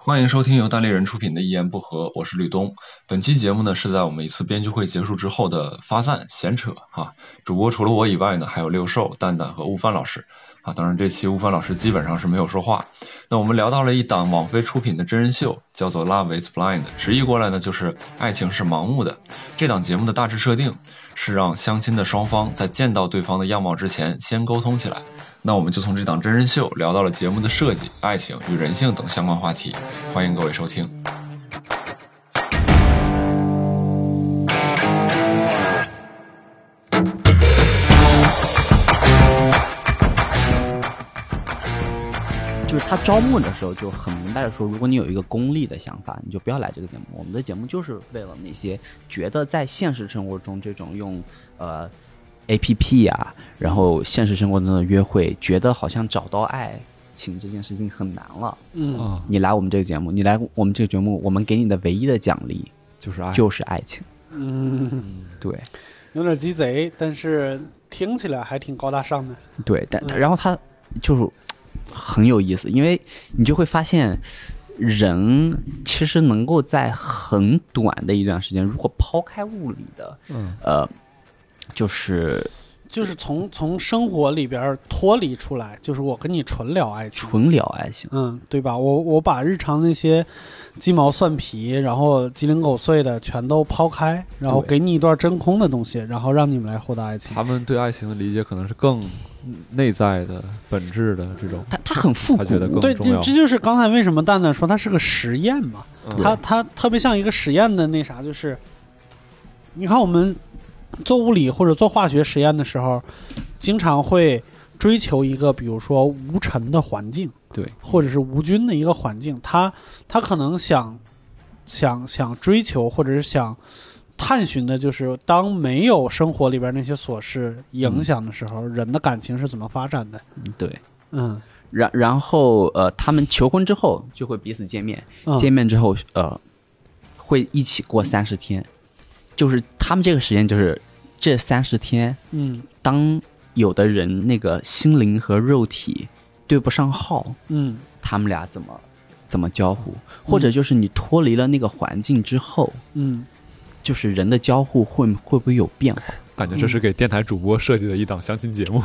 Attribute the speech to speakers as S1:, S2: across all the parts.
S1: 欢迎收听由大猎人出品的《一言不合》，我是吕东。本期节目呢是在我们一次编剧会结束之后的发散闲扯啊。主播除了我以外呢，还有六兽、蛋蛋和悟饭老师啊。当然，这期悟饭老师基本上是没有说话。那我们聊到了一档网飞出品的真人秀，叫做《Love Is Blind》，直译过来呢就是“爱情是盲目的”。这档节目的大致设定是让相亲的双方在见到对方的样貌之前先沟通起来。那我们就从这档真人秀聊到了节目的设计、爱情与人性等相关话题，欢迎各位收听。
S2: 就是他招募的时候就很明白的说，如果你有一个功利的想法，你就不要来这个节目。我们的节目就是为了那些觉得在现实生活中这种用呃 A P P 啊，然后现实生活中的约会，觉得好像找到爱情这件事情很难了。
S3: 嗯，
S4: 啊
S2: 你来我们这个节目，你来我们这个节目，我们给你的唯一的奖励
S4: 就是爱，
S2: 就是爱情。
S3: 嗯，
S2: 对
S3: 有点鸡贼，但是听起来还挺高大上的。
S2: 对，但
S3: 嗯
S2: 然后他就是很有意思，因为你就会发现，人其实能够在很短的一段时间，如果抛开物理的，
S4: 嗯，
S2: 呃，就是
S3: 就是从从生活里边儿脱离出来，就是我跟你纯聊爱情，
S2: 纯聊爱情，
S3: 嗯，对吧？我我把日常那些鸡毛蒜皮，然后鸡零狗碎的全都抛开，然后
S2: 对
S3: 给你一段真空的东西，然后让你们来获得爱情。
S4: 他们对爱情的理解可能是更内在的、本质的这种，
S2: 它它很复
S4: 他觉得
S2: 古
S4: 更，
S3: 对，
S4: 重
S3: 这
S4: 要
S3: 这就是刚才为什么蛋蛋说它是个实验嘛，
S4: 嗯
S3: 它它特别像一个实验的那啥，就是你看我们做物理或者做化学实验的时候，经常会追求一个比如说无尘的环境，
S2: 对，
S3: 或者是无菌的一个环境，它它可能想想想追求或者是想。探寻的就是当没有生活里边那些琐事
S4: 嗯
S3: 影响的时候，人的感情是怎么发展的？
S2: 对。
S3: 嗯，
S2: 然然后呃，他们求婚之后就会彼此见面，
S3: 嗯
S2: 见面之后呃，会一起过三十天，就是他们这个实验就是这三十天。
S3: 嗯
S2: 当有的人那个心灵和肉体对不上号，
S3: 嗯
S2: 他们俩怎么怎么交互？或者就是你脱离了那个环境之后，
S3: 嗯，
S2: 就是人的交互会会不会有变化？
S4: 感觉这是给电台主播设计的一档相亲节目。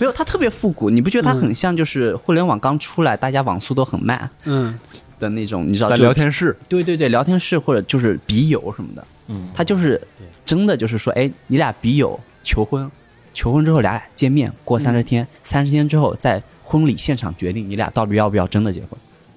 S2: 没有，它特别复古，你不觉得它很
S4: 嗯
S2: 像就是互联网刚出来，大家网速都很慢
S3: 嗯
S2: 的那种？你知道
S4: 在
S2: 就
S4: 聊天室，
S2: 对对对，聊天室或者就是笔友什么的，
S4: 嗯，
S2: 他就是真的就是说，哎，你俩笔友求婚，求婚之后俩俩见面过三十天，三十、天之后在婚礼现场决定你俩到底要不要真的结婚。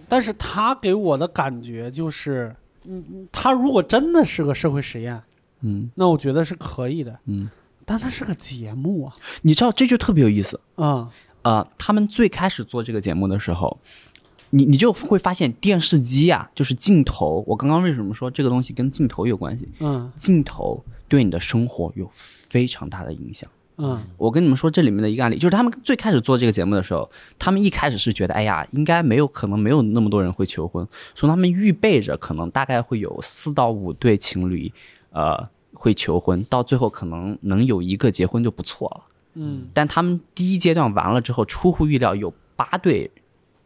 S3: 但是他给我的感觉就是，嗯，他如果真的是个社会实验，
S2: 嗯
S3: 那我觉得是可以的。
S2: 嗯，
S3: 但他是个节目啊，
S2: 你知道这就特别有意思。
S3: 嗯
S2: 呃，他们最开始做这个节目的时候，你你就会发现电视机啊，就是镜头。我刚刚为什么说这个东西跟镜头有关系？
S3: 嗯
S2: 镜头对你的生活有非常大的影响。
S3: 嗯
S2: 我跟你们说这里面的一个案例，就是他们最开始做这个节目的时候，他们一开始是觉得，哎呀，应该没有可能没有那么多人会求婚，所以他们预备着可能大概会有四到五对情侣，呃，会求婚，到最后可能能有一个结婚就不错了。
S3: 嗯
S2: 但他们第一阶段完了之后，出乎预料，有八对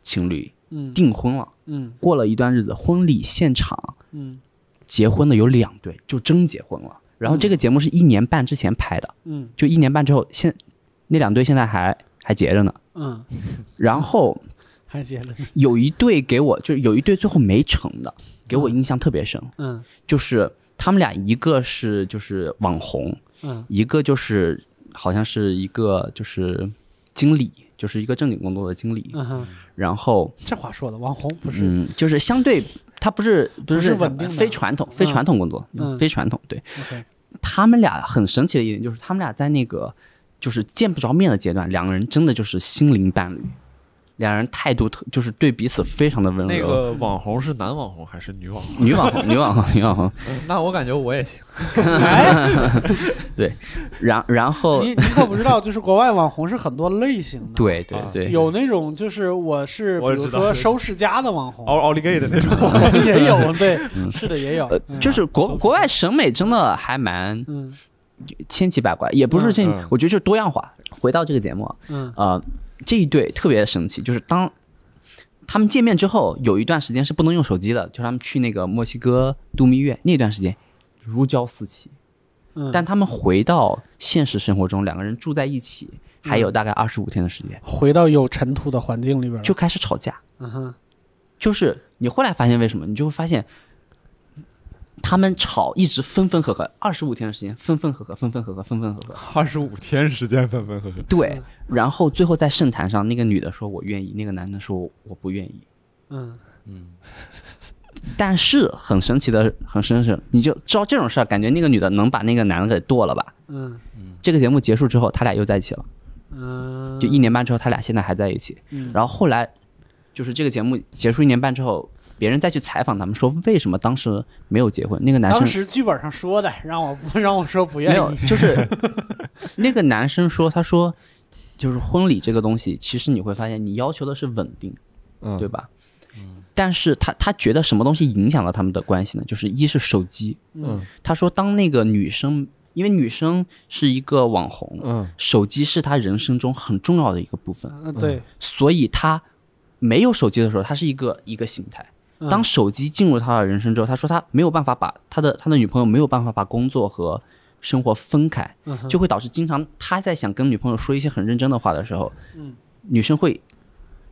S2: 情侣
S3: 嗯
S2: 订婚了。
S3: 嗯
S2: 过了一段日子，婚礼现场
S3: 嗯
S2: 结婚的有两对，就真结婚了。然后这个节目是一年半之前拍的，
S3: 嗯
S2: 就一年半之后，现那两对现在还还结着呢。
S3: 嗯，
S2: 然后
S3: 还接着 呢，
S2: 有一对给我，就有一对最后没成的，给我印象特别深，
S3: 嗯
S2: 就是他们俩一个是就是网红，
S3: 嗯
S2: 一个就是好像是一个就是经理，就是一个正经工作的经理，
S3: 嗯哼，
S2: 然后
S3: 这话说的，网红不是，
S2: 嗯，就是相对他不是不
S3: 不
S2: 是
S3: 是稳定的
S2: 非传统非传统工作、
S3: 嗯
S2: 非传统。对
S3: OK
S2: 他们俩很神奇的一点就是，他们俩在那个就是见不着面的阶段，两个人真的就是心灵伴侣，两人态度特就是对彼此非常的温柔。
S4: 嗯那个网红是男网红还是女网红？
S2: 女网红，女网红，女网红，
S4: 那我感觉我也行。
S2: 然然后
S3: 你你可不知道，就是国外网红是很多类型的，，
S2: 对对
S4: 啊
S2: 对，
S3: 有那种就是我是比
S4: 我
S3: 如
S4: 知道哦
S3: 说收拾家的网 红，
S4: 奥利给的那种，
S3: 也有对，是的也有
S2: 呃，，
S3: 嗯
S2: 就是国国外审美真的还蛮
S3: 嗯
S2: 千奇百怪，也不是
S3: 嗯
S2: 千，
S4: 嗯
S2: 我觉得就是多样化。回到这个节目啊，
S3: 嗯
S2: 呃，这一对特别神奇，就是当他们见面之后有一段时间是不能用手机的，就是他们去那个墨西哥度蜜月那段时间，如胶似漆。
S3: 嗯，
S2: 但他们回到现实生活中，两个人住在一起，
S3: 嗯
S2: 还有大概二十五天的时间，
S3: 回到有尘土的环境里边儿，
S2: 就开始吵架。
S3: 嗯哼，
S2: 就是你后来发现为什么，你就会发现，他们吵一直分分合合，二十五天的时间分分合合，分分合合，分分合合。
S3: 嗯
S4: 二十五天时间分分合合，
S2: 对，然后最后在圣坛上，那个女的说我愿意，那个男的说我不愿意。
S3: 嗯，
S2: 但是很神奇的，很神奇，你就知道这种事儿，感觉那个女的能把那个男的给剁了吧？
S3: 嗯
S2: 这个节目结束之后，他俩又在一起了，
S3: 嗯，
S2: 就一年半之后，他俩现在还在一起。
S3: 嗯
S2: 然后后来，就是这个节目结束一年半之后，别人再去采访他们说为什么当时没有结婚？那个男
S3: 当
S2: 生
S3: 时剧本上说的，让我不让我说不
S2: 没
S3: 愿
S2: 有
S3: 意，，
S2: 就是 那个男生说，他说就是婚礼这个东西，其实你会发现你要求的是稳定，
S4: 嗯，
S2: 对吧？但是他他觉得什么东西影响了他们的关系呢？就是一是手机，
S4: 嗯
S2: 他说当那个女生，因为女生是一个网红，
S4: 嗯
S2: 手机是她人生中很重要的一个部分，
S3: 嗯对，
S2: 所以她没有手机的时候，她是一个一个形态。
S3: 嗯
S2: 当手机进入他的人生之后，他说他没有办法把他的他的女朋友没有办法把工作和生活分开，
S3: 嗯哼
S2: 就会导致经常他在想跟女朋友说一些很认真的话的时候，
S3: 嗯
S2: 女生会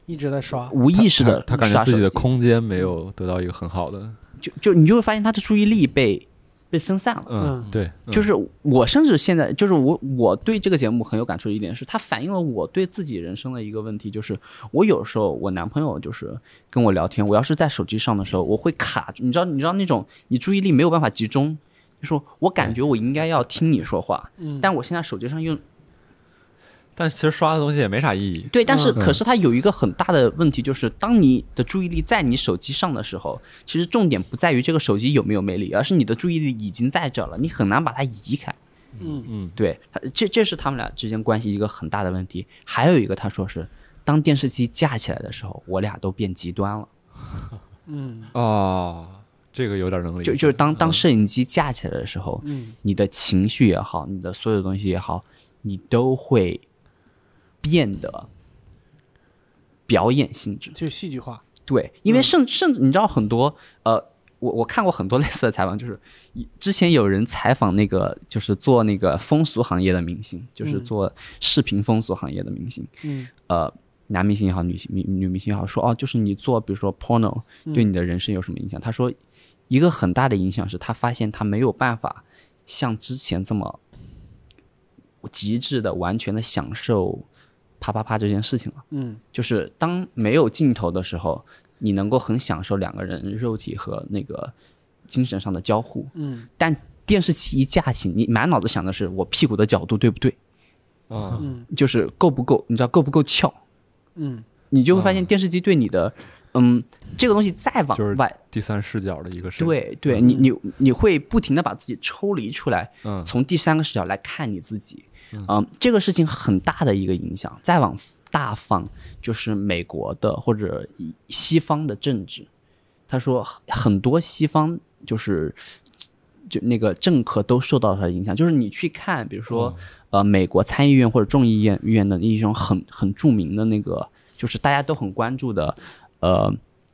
S3: 一直在刷，
S2: 无意识的
S4: 他感觉自己的空间没有得到一个很好的，
S2: 就就你就会发现他的注意力被被分散了。
S4: 嗯，
S3: 嗯
S4: 对，嗯
S2: 就是我甚至现在就是我我对这个节目很有感触的一点是，它反映了我对自己人生的一个问题，就是我有时候我男朋友就是跟我聊天，我要是在手机上的时候，我会卡住，你知道你知道那种你注意力没有办法集中，就说我感觉我应该要听你说话，
S3: 嗯，
S2: 但我现在手机上用
S4: 但其实刷的东西也没啥意义，
S2: 对，但是
S4: 嗯
S2: 可是它有一个很大的问题，就是当你的注意力在你手机上的时候，其实重点不在于这个手机有没有魅力，而是你的注意力已经在这儿了，你很难把它移开。
S3: 嗯
S4: 嗯
S2: 对，他这这是他们俩之间关系一个很大的问题。还有一个，他说是当电视机架起来的时候，我俩都变极端了，
S3: 嗯
S4: 啊，这个有点能力，
S2: 就就是当当摄影机架起来的时候，
S3: 嗯
S2: 你的情绪也好，你的所有东西也好，你都会变得表演性质。
S3: 就戏剧化，
S2: 对，因
S3: 嗯
S2: 为甚甚，你知道很多呃，我我看过很多 类似的采访，就是以之前有人采访那个就是做那个风俗行业的明星，就是
S3: 嗯
S2: 做视频风俗行业的明星，
S3: 嗯
S2: 呃，男明星也好，女女女明星也好，说哦，就是你做比如说 porno 对你的人生有什么影响？他说一个很大的影响是他发现他没有办法像之前这么极致的完全的享受啪啪啪这件事情了。
S3: 嗯
S2: 就是当没有镜头的时候，你能够很享受两个人肉体和那个精神上的交互。
S3: 嗯
S2: 但电视机一架起，你满脑子想的是我屁股的角度对不对，
S4: 啊，
S3: 嗯
S2: 就是够不够，你知道够不够翘，
S3: 嗯
S2: 你就会发现电视机对你的，嗯，这个东西再往
S4: 就是
S2: 外，
S4: 第三视角的一个视角，
S2: 对对，你你你会不停的把自己抽离出来，
S4: 嗯
S2: 从第三个视角来看你自己，嗯，这个事情很大的一个影响。再往大放，就是美国的或者西方的政治，他说很很多西方就是就那个政客都受到它的影响，就是你去看，比如说、呃美国参议院或者众议院院的一种很很著名的那个，就是大家都很关注的，呃。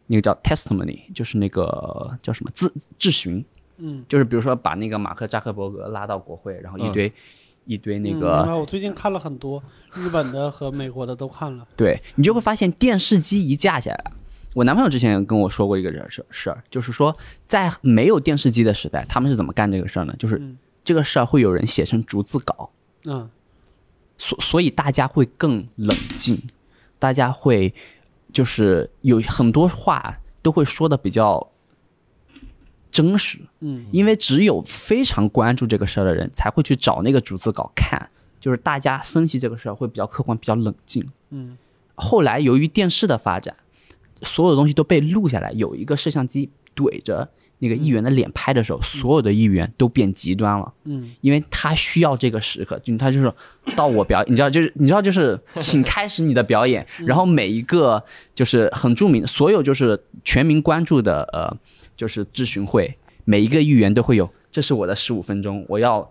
S2: 那个叫 testimony，就是那个叫什么自质询，
S3: 嗯，
S2: 就是比如说把那个马克扎克伯格拉到国会，然后一堆、一堆那
S3: 嗯明
S2: 个，
S3: 白我最近看了很多日本的和美国的都看了，
S2: 对你就会发现电视机一架下来。我男朋友之前也跟我说过一个事事儿，就是说在没有电视机的时代，他们是怎么干这个事儿呢？就是
S3: 嗯
S2: 这个事儿会有人写成逐字稿，
S3: 嗯
S2: 所所以大家会更冷静，大家会就是有很多话都会说的比较真实，
S3: 嗯
S2: 因为只有非常关注这个事儿的人才会去找那个逐字稿看，就是大家分析这个事儿会比较客观、比较冷静。
S3: 嗯
S2: 后来由于电视的发展，所有东西都被录下来，有一个摄像机怼着那个议员的脸拍的时
S4: 嗯
S2: 候，所有的议员都变极端了。
S3: 嗯
S2: 因为他需要这个时刻，就他就是到我表，你知道，就是你知道，就是请开始你的表演，
S4: 嗯
S2: 然后每一个就是很著名，所有就是全民关注的呃，就是质询会，每一个议员都会有，这是我的十五分钟，我要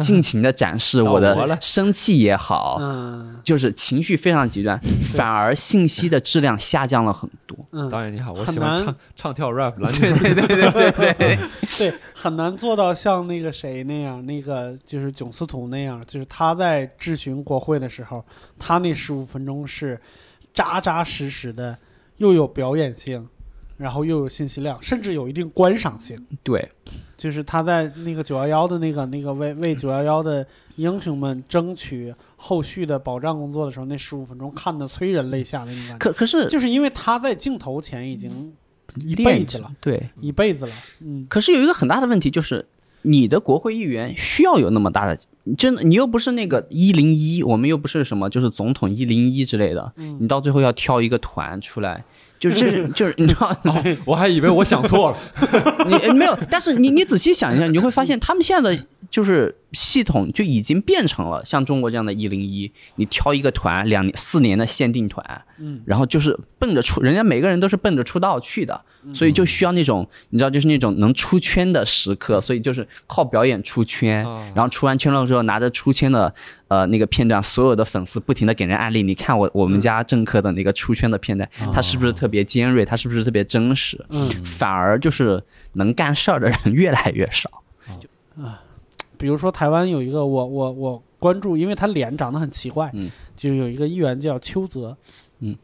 S2: 尽情的展示我
S4: 到我了
S2: 的生气也 好，
S3: 嗯
S2: 就是情绪非常极端，反而信息的质量下降了很多。
S3: 嗯，
S4: 导演你好，我
S3: 很
S4: 喜欢
S3: 难
S4: 唱唱跳 rap 篮球。
S2: 对对对对对对，
S3: 对，很难做到像那个谁那样，那个就是囧司图那样，就是他在质询国会的时候，他那十五分钟是扎扎实实的，又有表演性，然后又有信息量，甚至有一定观赏性。
S2: 对，
S3: 就是他在那个九幺幺的那个那个为为九幺幺的英雄们争取后续的保障工作的时候，那十五分钟看的催人泪下的那种感觉，
S2: 可可是
S3: 就是因为他在镜头前已经
S2: 嗯
S3: 一
S2: 练
S3: 辈子了，
S2: 对，
S3: 一辈子了，嗯，
S2: 可是有一个很大的问题就是，你的国会议员需要有那么大的，真的你又不是那个一零一，我们又不是什么就是总统一零一之类的，你到最后要挑一个团出来。就这是就是你知道，
S4: 哦 我还以为我想错了，
S2: 你呃没有，但是你你仔细想一下，你就会发现他们现在的就是系统就已经变成了像中国这样的“一零一”，你挑一个团两年四年的限定团，
S3: 嗯，
S2: 然后就是奔着出，人家每个人都是奔着出道去的，
S3: 嗯
S2: 所以就需要那种你知道，就是那种能出圈的时
S3: 嗯
S2: 刻，所以就是靠表演出圈，
S4: 啊
S2: 然后出完圈了之后，拿着出圈的呃那个片段，所有的粉丝不停的给人案例，你看我我们
S3: 嗯
S2: 家政客的那个出圈的片段，他是不是特别尖锐，他是不是特别真实？
S3: 啊嗯，
S2: 反而就是能干事儿的人越来越少。
S3: 比如说台湾有一个我我我关注，因为他脸长得很奇怪，
S2: 嗯
S3: 就有一个议员叫邱泽，
S2: 嗯，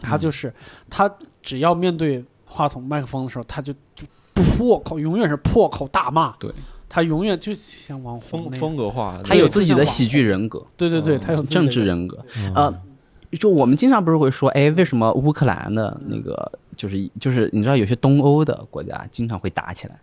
S3: 他就是他只要面对话筒麦克风的时候，他就就破口，永远是破口大骂，
S2: 对
S3: 他永远就像王
S4: 风
S3: 红那样，
S4: 风格化，
S2: 他有自己的喜剧人格、
S3: 对对对，
S4: 嗯
S3: 他有自己的
S2: 政治人格，
S4: 嗯
S2: 呃，就我们经常不是会说，哎，为什么乌克兰的那个就是就是你知道有些东欧的国家经常会打起来，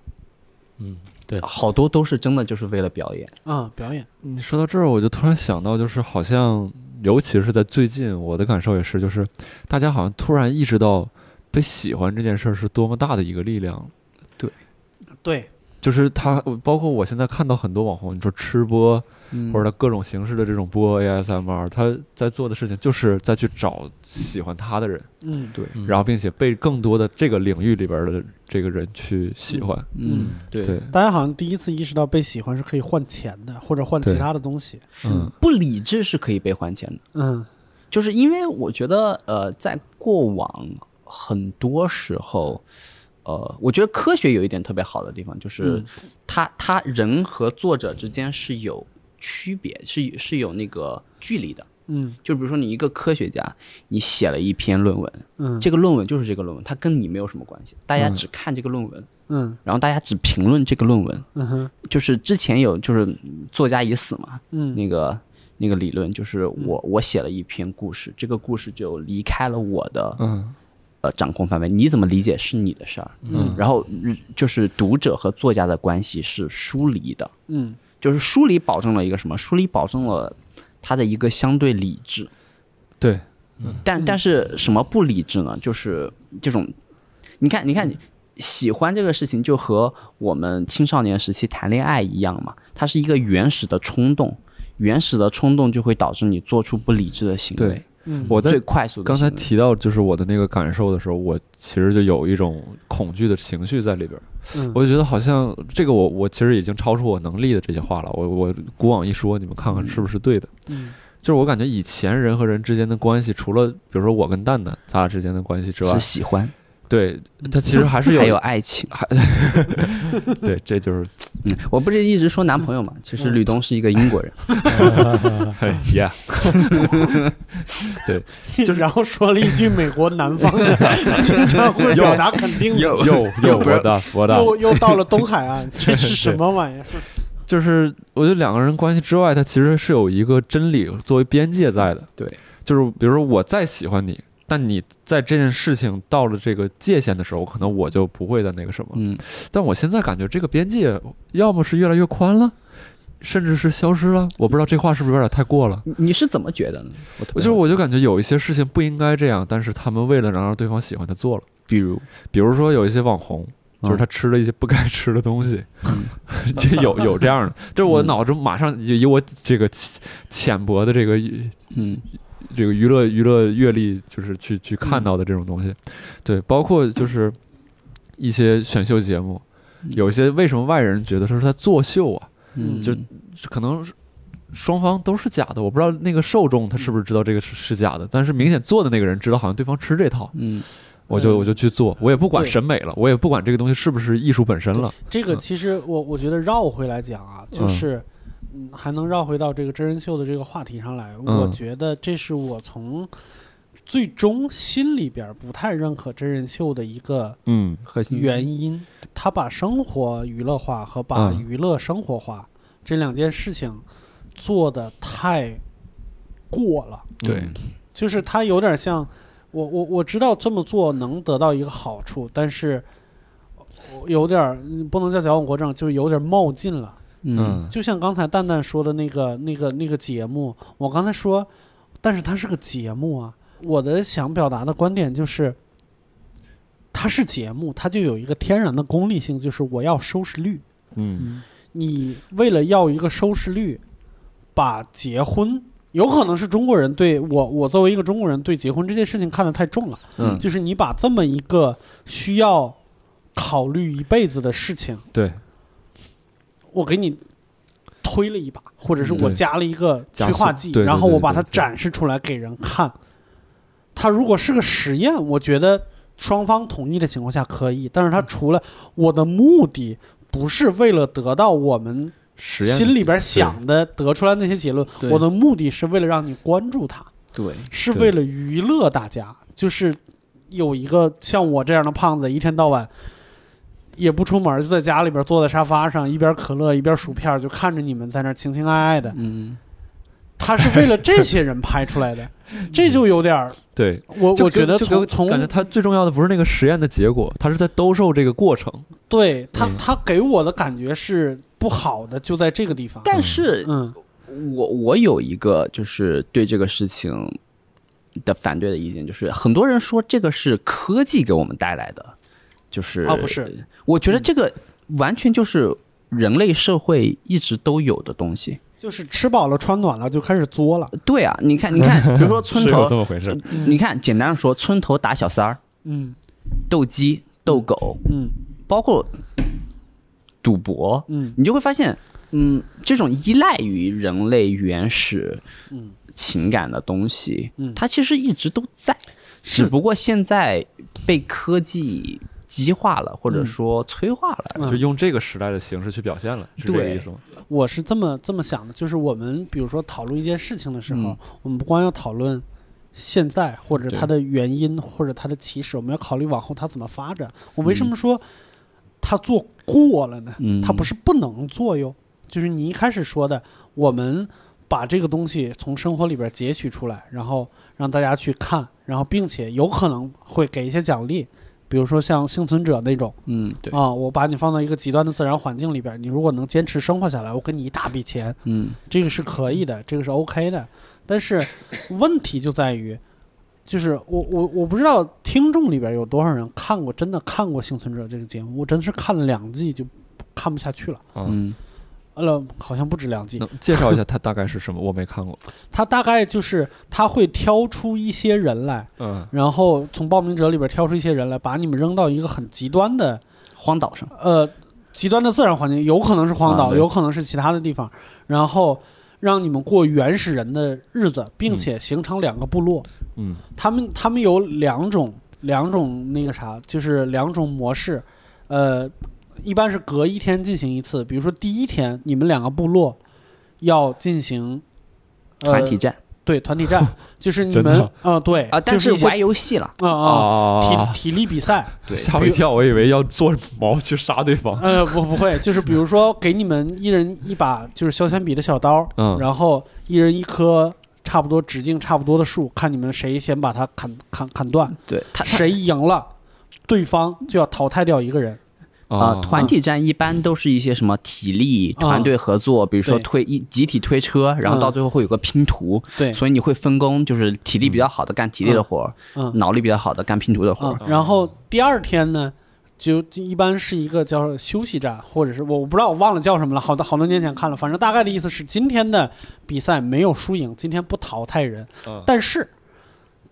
S4: 嗯，
S2: 好多都是真的就是为了表演，
S3: 啊表演，
S4: 你说到这儿，我就突然想到，就是好像，尤其是在最近，我的感受也是，就是大家好像突然意识到被喜欢这件事儿是多么大的一个力量。
S3: 对，
S4: 就是他，包括我现在看到很多网红，你说吃播
S2: 嗯
S3: 嗯
S4: 或者他各种形式的这种播 ASMR，他在做的事情就是再去找喜欢他的人，
S3: 嗯
S2: 对，
S1: 嗯
S4: 然后并且被更多的这个领域里边的这个人去喜欢。
S2: 嗯，对
S4: 对，
S3: 大家好像第一次意识到被喜欢是可以换钱的，或者换其
S4: 对
S3: 他的东西，
S4: 嗯，
S2: 不理智是可以被还钱的。
S3: 嗯
S2: 就是因为我觉得，呃，在过往很多时候，呃，我觉得科学有一点特别好的地方，就是
S3: 嗯
S2: 它、它人和作者之间是有区别，是是有那个距离的。
S3: 嗯
S2: 就比如说，你一个科学家，你写了一篇论文，
S3: 嗯
S2: 这个论文就是这个论文，它跟你没有什么关系，大家
S4: 嗯
S2: 只看这个论文，
S3: 嗯
S2: 然后大家只评论这个论文。
S3: 嗯哼
S2: 就是之前有就是嗯作家已死嘛，
S3: 嗯
S2: 那个那个理论，就是我我写了一篇故事，这个故事就离开了我的
S4: 嗯
S2: 呃掌控范围，你怎么理解是你的事儿。
S3: 嗯
S2: 然后嗯就是读者和作家的关系是疏离的，
S3: 嗯
S2: 就是疏离保证了一个什么？疏离保证了他的一个相对理智，
S4: 对，嗯
S2: 但但是什么不理智呢？就是这种，你看，你看，
S4: 嗯
S2: 喜欢这个事情就和我们青少年时期谈恋爱一样嘛，它是一个原始的冲动，原始的冲动就会导致你做出不理智的行为
S4: 对，
S3: 嗯
S4: 我在
S2: 最快速的
S4: 刚才
S2: 行为
S4: 提到就是我的那个感受的时候，我其实就有一种恐惧的情绪在里边儿。
S3: 嗯
S4: 我就觉得好像这个我我其实已经超出我能力的这些话了。我我古往一说，你们看看是不是对的？
S3: 嗯
S4: 就是我感觉以前人和人之间的关系，除了比如说我跟蛋蛋咱俩之间的关系之外
S2: 是，喜欢，
S4: 对它其实还是
S2: 还有啊
S4: 有
S2: 爱情。
S4: 对，这 就是
S2: 嗯，我不是一直说男朋友
S4: 嗯
S2: 嘛，其实吕东是一个英国 人，
S4: 嘿哎 yeah，
S3: 就是然后说了一句美国南方 的经常会表达肯定的，
S4: 又又我的我的，
S3: 又又到了东海 岸，这是什么玩意儿？
S4: 就是我觉得两个人关系之外，它其实是有一个真理作为边界在的。
S2: 对，
S4: 就是比如说我再喜欢你，但你在这件事情到了这个界限的时候，可能我就不会再那个什么。
S2: 嗯，
S4: 但我现在感觉这个边界要么是越来越宽了，甚至是消失了。我不知道这话是不是有点太过了。
S2: 你嗯你是怎么觉得呢？我特
S4: 我
S2: 别
S4: 就是
S2: 好奇，
S4: 我就感觉有一些事情不应该这样，但是他们为了能让对方喜欢，他做了。
S2: 比如
S4: 比如说有一些网红，就是他吃了一些不该吃的 东西，
S2: 嗯
S4: 就有有这样的。就是我
S2: 嗯
S4: 脑中马上以以我这个浅浅薄的这个
S2: 嗯
S4: 这个娱乐娱乐阅历，就是去去
S2: 嗯
S4: 看到的这种东西，对，包括就是一些选秀节目，
S2: 嗯
S4: 有些为什么外人觉得说是在作秀啊？
S2: 嗯，
S4: 就可能是双方都是假的，我不知道那个受众他是
S3: 嗯
S4: 不是知道这个是是假的，但是明显做的那个人知道，好像对方吃这套，
S2: 嗯，
S4: 我就我就去做，我也不管
S3: 对
S4: 审美了，我也不管这个东西是不是艺术本身了，
S3: 这个
S4: 嗯
S3: 其实我我觉得绕回来讲啊，就
S4: 嗯
S3: 是嗯，还能绕回到这个真人秀的这个话题上来。
S4: 嗯
S3: 我觉得这是我从最终心里边不太认可真人秀的一个
S4: 嗯
S2: 核心
S3: 原因，他把生活娱乐化和把
S4: 嗯
S3: 娱乐生活化这两件事情做的太过了。
S2: 对
S4: 嗯
S3: 就是它有点像，我我我知道这么做能得到一个好处，但是我有点儿嗯不能叫矫枉过正，就是有点冒进了。
S2: 嗯，
S3: 就像刚才蛋蛋说的那个那个那个节目，我刚才说，但是它是个节目啊。我的想表达的观点就是，它是节目，它就有一个天然的功利性，就是我要收视率。
S4: 嗯
S3: 你为了要一个收视率，把结婚，有可能是中国人对我，我作为一个中国人对结婚这件事情看得太重了，
S4: 嗯，
S3: 就是你把这么一个需要考虑一辈子的事情，
S4: 对，
S3: 我给你推了一把，或者是我
S4: 嗯对
S3: 加了一个催化剂，
S4: 加速对对
S3: 然后我把
S4: 对
S3: 它
S4: 对对
S3: 展示出来给人看。它如果是个实验，我觉得双方同意的情况下可以，但是
S4: 嗯
S3: 它除了我的目的不是为了得到我们
S4: 实验
S3: 心里边想的得出来那些结论，
S2: 对
S3: 我的目的是为了让你关注它，
S2: 对，
S3: 是
S4: 对
S3: 为了娱乐大家，就是有一个像我这样的胖子，一天到晚也不出门，就在家里边坐在沙发上，一边可乐一边薯片，就看着你们在那儿情情爱爱的。
S2: 嗯，
S3: 他是为了这些人拍出 来的，这就有点儿，
S4: 对，
S3: 我
S4: 就
S3: 我
S4: 给
S3: 觉得
S4: 就给我
S3: 从从
S4: 感觉它最重要的不是那个实验的结果，它是在兜售这个过程。
S3: 对他
S4: 嗯
S3: 他给我的感觉是不好的，就在这个地方。
S2: 但是
S3: 嗯
S2: 我我有一个就是对这个事情的反对的意见，就是很多人说这个是科技给我们带来的，就是
S3: 啊不是，
S2: 我觉得这个完全就是人类社会一直都有的东西。
S3: 就是吃饱了穿暖了就开始作了，
S2: 对啊，你看，你 看，比如说村
S4: 是有
S2: 头嗯
S4: 这，么回事，
S2: 你看，简单的说，村头打小三儿、
S3: 嗯
S2: 斗鸡、斗狗，
S3: 嗯
S2: 包括赌博，
S3: 嗯
S2: 你就会发现，嗯，这种依赖于人类原始
S3: 嗯
S2: 情感的东西，
S3: 嗯
S2: 它其实一直都在，只
S3: 是
S2: 不过现在被科技激化了，或者
S3: 嗯
S2: 说催化了。
S3: 嗯
S4: 就用这个时代的形式去表现了，是这个
S2: 对
S4: 意思吗？
S3: 我是这么这么想的，就是我们比如说讨论一件事情的时候，
S2: 嗯
S3: 我们不光要讨论现在或者它的原因或者它的起始，我们要考虑往后它怎么发展。我为什么说它做过了呢？
S2: 嗯
S3: 它不是不能做哟，就是你一开始说的，我们把这个东西从生活里边截取出来，然后让大家去看，然后并且有可能会给一些奖励，比如说像幸存者那种。
S2: 嗯，对，
S3: 啊、我把你放到一个极端的自然环境里边儿，你如果能坚持生活下来，我给你一大笔钱，
S2: 嗯，
S3: 这个是可以的，这个是 OK 的。但是问题就在于，就是我我我不知道听众里边儿有多少人看过真的看过《幸存者》这个节目，我真是看了两季就看不下去了，
S4: 啊，
S2: 嗯，
S3: 呃，好像不止两季，
S4: 能介绍一下它大概是什么？我没看过。
S3: 他大概就是他会挑出一些人来，
S4: 嗯
S3: 然后从报名者里边儿挑出一些人来，把你们扔到一个很极端的
S2: 荒岛上，
S3: 呃极端的自然环境，有可能是荒岛，
S2: 啊对
S3: 有可能是其他的地方，然后让你们过原始人的日子，并且形成两个部落。
S4: 嗯
S3: 他们他们有两种两种那个啥，就是两种模式，呃，一般是隔一天进行一次。比如说第一天，你们两个部落要进行。呃
S2: 团体战
S3: 对团体战，就是 你
S4: 真的
S3: 们
S4: 啊
S3: 啊、对
S2: 啊，但
S3: 就是是一些
S2: 玩游戏了，
S3: 啊啊、
S4: 啊，
S2: 哦
S3: 体体力比赛，
S2: 对
S4: 吓我一跳，我以为要做毛去杀对 方。
S3: 呃，不不会，就是比如说给你们一人一把就是削铅笔的小刀，
S4: 嗯
S3: 然后一人一棵差不多直径差不多的树，看你们谁先把它砍砍砍断，
S2: 对他
S3: 谁赢了，对方就要淘汰掉一个人。哦
S2: 啊，团体战一般都是一些什么体力、
S3: 啊
S2: 团队合作，比如说
S3: 对
S2: 推一集体推车，然后到
S3: 嗯
S2: 最后会有个拼图，
S3: 对，
S2: 所以你会分工，就是体力比较好的干体力的活儿，
S3: 嗯
S2: 脑力比较好的干拼图的活儿
S3: 嗯。，
S5: 啊
S3: 然后第二天呢？就就一般是一个叫休息战，或者是我我不知道我忘了叫什么了，好多好多年前看了，反正大概的意思是今天的比赛没有输赢，今天不淘汰人，
S4: 嗯
S3: 但是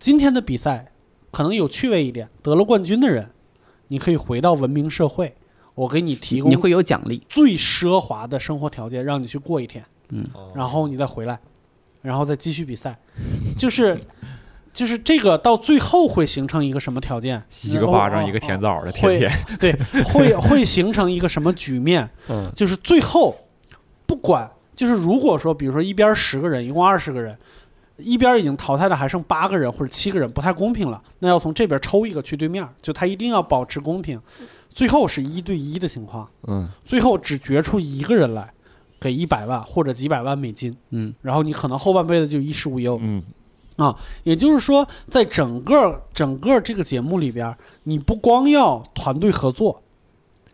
S3: 今天的比赛可能有趣味一点，得了冠军的人，你可以回到文明社会，我给你提供
S2: 你会有奖励，
S3: 最奢华的生活条件，让你去过一天，
S2: 嗯，
S3: 然后你再回来，然后再继续比赛，就是。就是这个到最后会形成一个什么条件？
S5: 一个巴
S3: 哦
S5: 掌
S3: 哦
S5: 一个甜
S3: 哦
S5: 枣的，天天，
S3: 对，会会形成一个什么局面？
S4: 嗯，
S3: 就是最后不管，就是如果说，比如说一边十个人，一共二十个人，一边已经淘汰了，还剩八个人或者七个人，不太公平了。那要从这边抽一个去对面，就他一定要保持公平。最后是一对一的情况，
S4: 嗯，
S3: 最后只决出一个人来，给一百万或者几百万美金，
S2: 嗯，
S3: 然后你可能后半辈子就衣食无忧。
S4: 嗯，
S3: 也就是说，在整个整个这个节目里边，你不光要团队合作，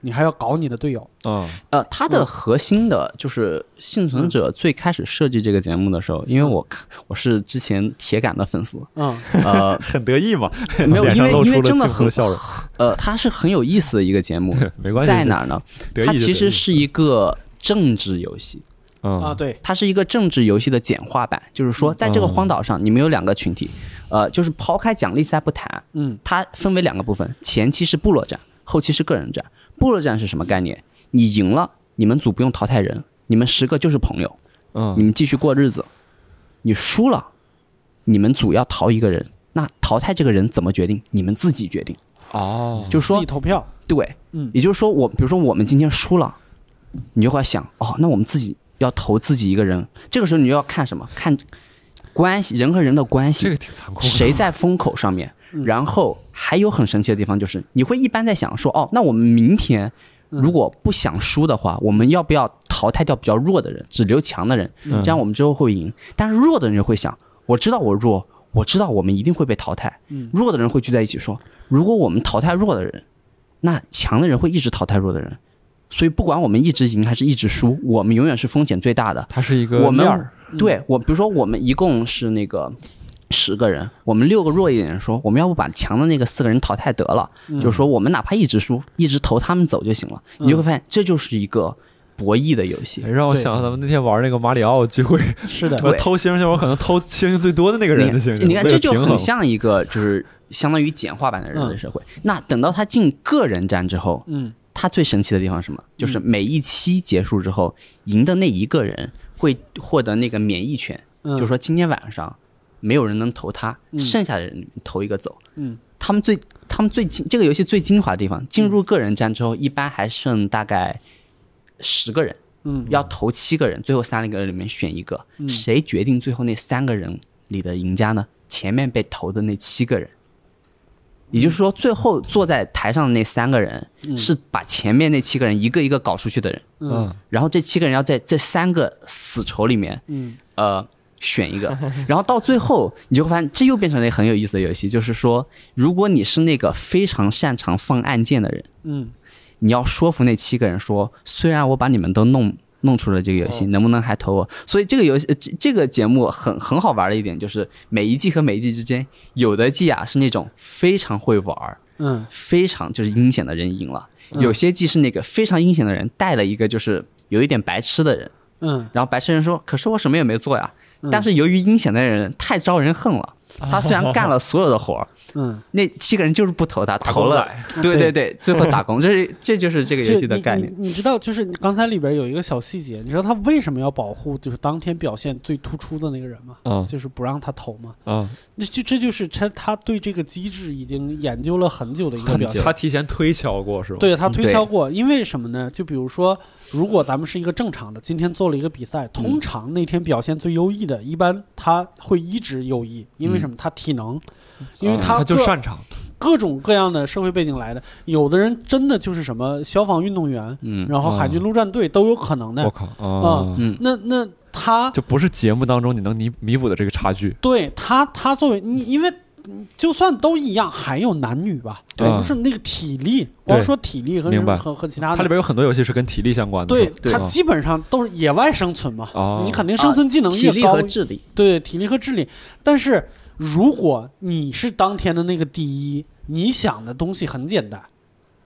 S3: 你还要搞你的队友。
S4: 啊，
S2: 呃，它的核心的就是幸存者最开始设计这个节目的时候，因为我看我是之前铁杆的粉丝，
S3: 嗯
S2: 呃
S5: 很得意嘛，
S2: 没有，
S5: 脸
S2: 因
S5: 上
S2: 为
S5: 露
S2: 因为
S5: 出了
S2: 真
S5: 幸
S2: 的
S5: 福
S2: 很
S5: 的笑容。
S2: 呃，它是很有意思的一个节目，
S5: 没关系，
S2: 在哪儿呢？
S5: 得意
S2: 它
S5: 就
S2: 其
S5: 得
S2: 实
S5: 意
S2: 是一个政治游戏，
S3: 啊，
S2: 嗯
S4: 啊，
S3: 对，
S2: 它是一个政治游戏的简化版，就是说，在
S5: 哦
S2: 这个荒岛上，你们有两个群体，呃，就是抛开奖励赛不谈，
S3: 嗯
S2: 它分为两个部分，前期是部落战，后期是个人战。部落战是什么概念？你赢了，你们组不用淘汰人，你们十个就是朋友，你
S4: 嗯，
S2: 们继续过日子。你输了，你们组要淘一个人，那淘汰这个人怎么决定？你们自己决定。
S4: 哦，
S2: 就是
S3: 自
S2: 说
S3: 己，投票。
S2: 对，
S3: 嗯
S2: 也就是说我，比如说我们今天输了，你就会想，哦，那我们自己要投自己一个人。这个时候你就要看什么？看关系，人和人的关系。
S4: 这个挺残酷的，
S2: 谁在风口上面。然后还有很神奇的地方就是，你会一般在想说，哦，那我们明天如果不想输的话，我们要不要淘汰掉比较弱的人，只留强的人？
S4: 嗯
S2: 这样我们之后会赢。但是弱的人就会想，我知道我弱，我知道我们一定会被淘汰。
S3: 嗯
S2: 弱的人会聚在一起说，如果我们淘汰弱的人，那强的人会一直淘汰弱的人。所以不管我们一直赢还是一直输，我们永远是风险最大的。
S4: 它是一个
S2: 我们
S4: 面儿
S5: 嗯
S2: 对我，比如说我们一共是那个十个人，我们六个弱一点人说，我们要不把强的那个四个人淘汰得了，
S5: 嗯
S2: 就是说我们哪怕一直输，一直投他们走就行了。你就会发现，这就是一个博弈的游戏
S4: 哎。让我
S3: 对
S4: 想到咱们那天玩那个马里奥聚会，
S3: 是的，
S5: 我
S2: 对
S5: 偷星星，我可能偷星星最多的那个人的星
S2: 你
S5: 星。
S2: 你看，
S5: 为了
S2: 这就
S5: 平
S2: 很
S5: 衡
S2: 像一个就是相当于简化版的人类社会。
S5: 嗯
S2: 那等到他进个人战之后，
S3: 嗯
S2: 它最神奇的地方是什
S5: 嗯
S2: 么？就是每一期结束之后，赢的那一个人会获得那个免疫权，
S3: 嗯
S2: 就是说今天晚上没有人能投他，
S3: 嗯
S2: 剩下的人投一个走。
S3: 嗯
S2: 他们最他们最精这个游戏最精华的地方，进入个人战之后，一般还剩大概十个人，
S3: 嗯
S2: 要投七个人，最后三个人里面选一个，谁决定最后那三个人里的赢家呢？前面被投的那七个人，也就是说，最后坐在台上的那三个人是把前面那七个人一个一个搞出去的人，
S3: 嗯
S2: 然后这七个人要在这三个死囚里面
S3: 嗯
S2: 呃选一个，然后到最后你就会发现，这又变成了一个很有意思的游戏，就是说，如果你是那个非常擅长放案件的人，
S3: 嗯
S2: 你要说服那七个人说，虽然我把你们都弄弄出了这个游戏，能不能还投我？所以这个游戏、呃这这个节目很很好玩的一点就是，每一季和每一季之间，有的季啊是那种非常会玩儿，
S3: 嗯
S2: 非常就是阴险的人赢了，
S3: 嗯
S2: 有些季是那个非常阴险的人带了一个就是有一点白痴的人。
S3: 嗯
S2: 然后白痴人说：“可是我什么也没做呀。”但是由于阴险的人太招人恨了，他虽然
S3: 哦
S2: 干了所有的活儿，
S3: 嗯，
S2: 那七个人就是不投他，投
S5: 工
S2: 了。对对对，最后打工，这是这就是这个游戏的概念。
S3: 你你知道，就是你刚才里边有一个小细节，你知道他为什么要保护就是当天表现最突出的那个人吗？
S4: 啊
S3: 就是不让他投嘛。
S4: 啊，
S3: 那就这就是他他对这个机制已经研究了很久的一个
S2: 很
S3: 表
S2: 久
S3: 现。
S4: 他提前推敲过是吧？
S3: 对他推
S2: 对
S3: 敲过，因为什么呢？就比如说，如果咱们是一个正常的，今天做了一个比赛，通常那天表现最优异的，一般他会一直优异，因为什么？他体能，因为
S4: 嗯
S3: 他
S4: 就
S3: 各
S4: 擅长，
S3: 各种各样的社会背景来的，有的人真的就是什么消防运动员，
S2: 嗯
S3: 然后海军陆战队都有可能
S4: 我
S3: 的。
S4: 靠啊，
S2: 嗯，
S3: 那那他
S4: 就不是节目当中你能弥弥补的这个差距。
S3: 对他他作为你，因为就算都一样，还有男女吧，
S4: 对
S3: 不是那个体力，光
S4: 对
S3: 说体力和
S4: 明白
S3: 和和其他
S4: 它
S3: 的
S4: 里边有很多游戏是跟体力相关的，
S3: 对
S4: 是吧
S3: 它基本上都是野外生存嘛，
S4: 哦
S3: 你肯定生存技能
S2: 啊体
S3: 越
S2: 力
S3: 高，
S2: 和智力，
S3: 对体力和智力。但是如果你是当天的那个第一，你想的东西很简单，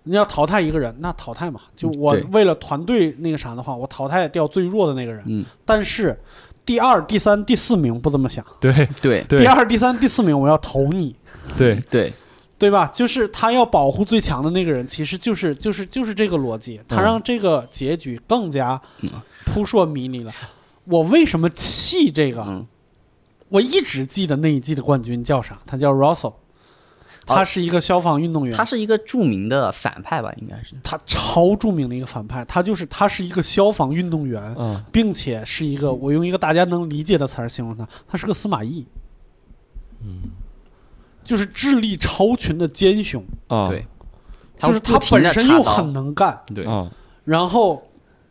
S3: 你要淘汰一个人，那淘汰嘛，就我
S2: 对
S3: 为了团队那个啥的话，我淘汰掉最弱的那个人。
S2: 嗯，
S3: 但是第二、第三、第四名不这么想，
S4: 对
S2: 对
S4: 对
S3: 第二、第三、第四名我要投你。
S4: 对
S2: 对
S3: 对吧？就是他要保护最强的那个人，其实就是就是就是这个逻辑，他让这个结局更加
S2: 嗯
S3: 扑朔迷离了。我为什么气这个？
S2: 嗯，
S3: 我一直记得那一季的冠军叫啥？他叫 Russell，他
S2: 啊
S3: 是一个消防运动员，
S2: 他是一个著名的反派吧，应该是。
S3: 他超著名的一个反派，他就是他是一个消防运动员，
S4: 嗯，
S3: 并且是一个我用一个大家能理解的词儿形容他，他是个司马懿，嗯，
S2: 嗯
S3: 就是智力超群的奸雄，
S4: 啊，
S2: 对，
S3: 就是他
S2: 不停地
S3: 本身
S2: 插
S3: 又
S2: 刀
S3: 很能干，
S2: 对，
S4: 啊，
S3: 然后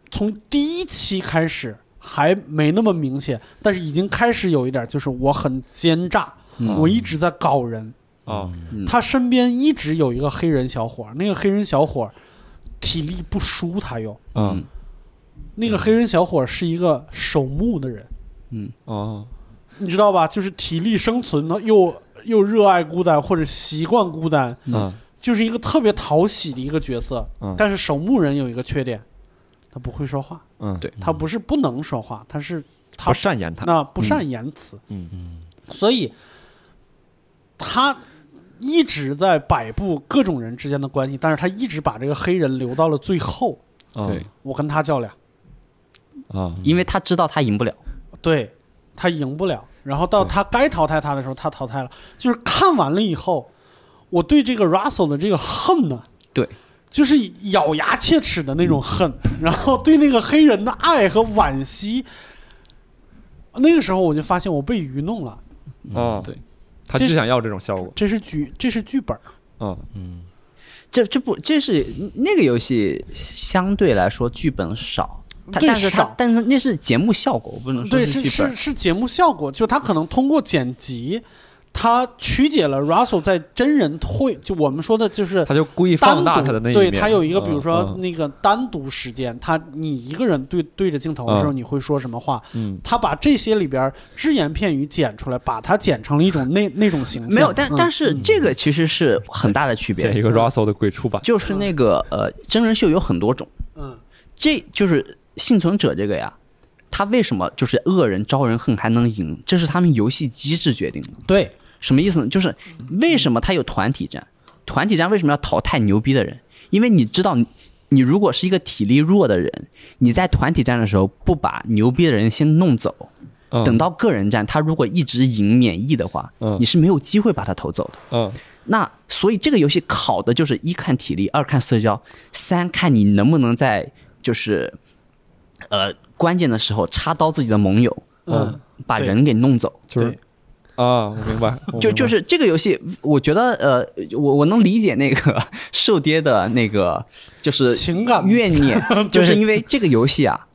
S3: 从第一期开始还没那么明显，但是已经开始有一点，就是我很奸诈，
S2: 嗯
S3: 我一直在搞人。
S4: 啊，
S2: 嗯
S3: 他身边一直有一个黑人小伙儿，那个黑人小伙儿体力不输他又，
S4: 嗯，
S3: 那个黑人小伙儿是一个守墓的人，
S4: 啊，
S3: 你知道吧？就是体力生存的，又又热爱孤单或者习惯孤单，
S4: 嗯，
S3: 就是一个特别讨喜的一个角色。
S4: 嗯
S3: 但是守墓人有一个缺点，他不会说话，
S4: 嗯，对，
S3: 他不是不能说话，他是他
S4: 不善言谈，
S3: 那不善言辞，
S4: 嗯
S3: 所以他一直在摆布各种人之间的关系，但是他一直把这个黑人留到了最后。
S4: 啊
S2: 对，
S3: 我跟他较量，
S4: 啊，
S2: 因为他知道他赢不了。
S3: 对他赢不了，然后到
S4: 对
S3: 他该淘汰他的时候，他淘汰了。就是看完了以后，我对这个 Russell 的这个恨呢、
S2: 对，
S3: 就是咬牙切齿的那种恨，
S2: 嗯
S3: 然后对那个黑人的爱和惋惜。那个时候我就发现我被愚弄了，
S4: 啊，
S2: 对，
S4: 他
S3: 这
S4: 就是想要这种效果，
S3: 这是剧，这是剧本。
S4: 啊，
S2: 这这不这是那个游戏相对来说剧本少，它
S3: 对
S2: 但是它
S3: 少
S2: 但是那是节目效果，我不能说
S3: 对，
S2: 剧
S3: 是
S2: 本
S3: 是。是节目效果，就他可能通过剪辑，他曲解了 Russell 在真人会，就我们说的就是
S4: 他就故意
S3: 单
S4: 放大
S3: 独
S4: 他的那一
S3: 对
S4: 面，
S3: 他有一个，比如
S4: 嗯
S3: 说，那个单独时间，他你一个人对对着镜头的时候，
S4: 嗯
S3: 你会说什么话？
S4: 嗯
S3: 他把这些里边只言片语剪出来，把它剪成了一种那那种形象。
S2: 没有，但
S3: 嗯
S2: 但是这个其实是很大的区
S4: 写一
S2: 别，
S4: 个 Russell 的鬼畜版，
S2: 就是那个呃，真人秀有很多种，
S3: 嗯，
S2: 这就是幸存者这个呀，他为什么就是恶人招人恨还能赢？这是他们游戏机制决定的。
S3: 对，
S2: 什么意思呢？就是为什么他有团体战？团体战为什么要淘汰牛逼的人？因为你知道你，你如果是一个体力弱的人，你在团体战的时候不把牛逼的人先弄走，
S4: 嗯
S2: 等到个人战，他如果一直赢免疫的话，
S4: 嗯
S2: 你是没有机会把他投走的。
S4: 嗯
S2: 那所以这个游戏考的就是一看体力，二看社交，三看你能不能在就是呃关键的时候插刀自己的盟友，
S3: 嗯，
S2: 把
S3: 对
S2: 人给弄走。
S4: 就是
S3: 对
S4: 啊，我明白，我
S2: 就
S4: 明
S2: 就
S4: 白
S2: 是这个游戏，我觉得呃，我我能理解那个 瘦爹的那个就是
S3: 情感
S2: 怨念， 就是因为这个游戏啊，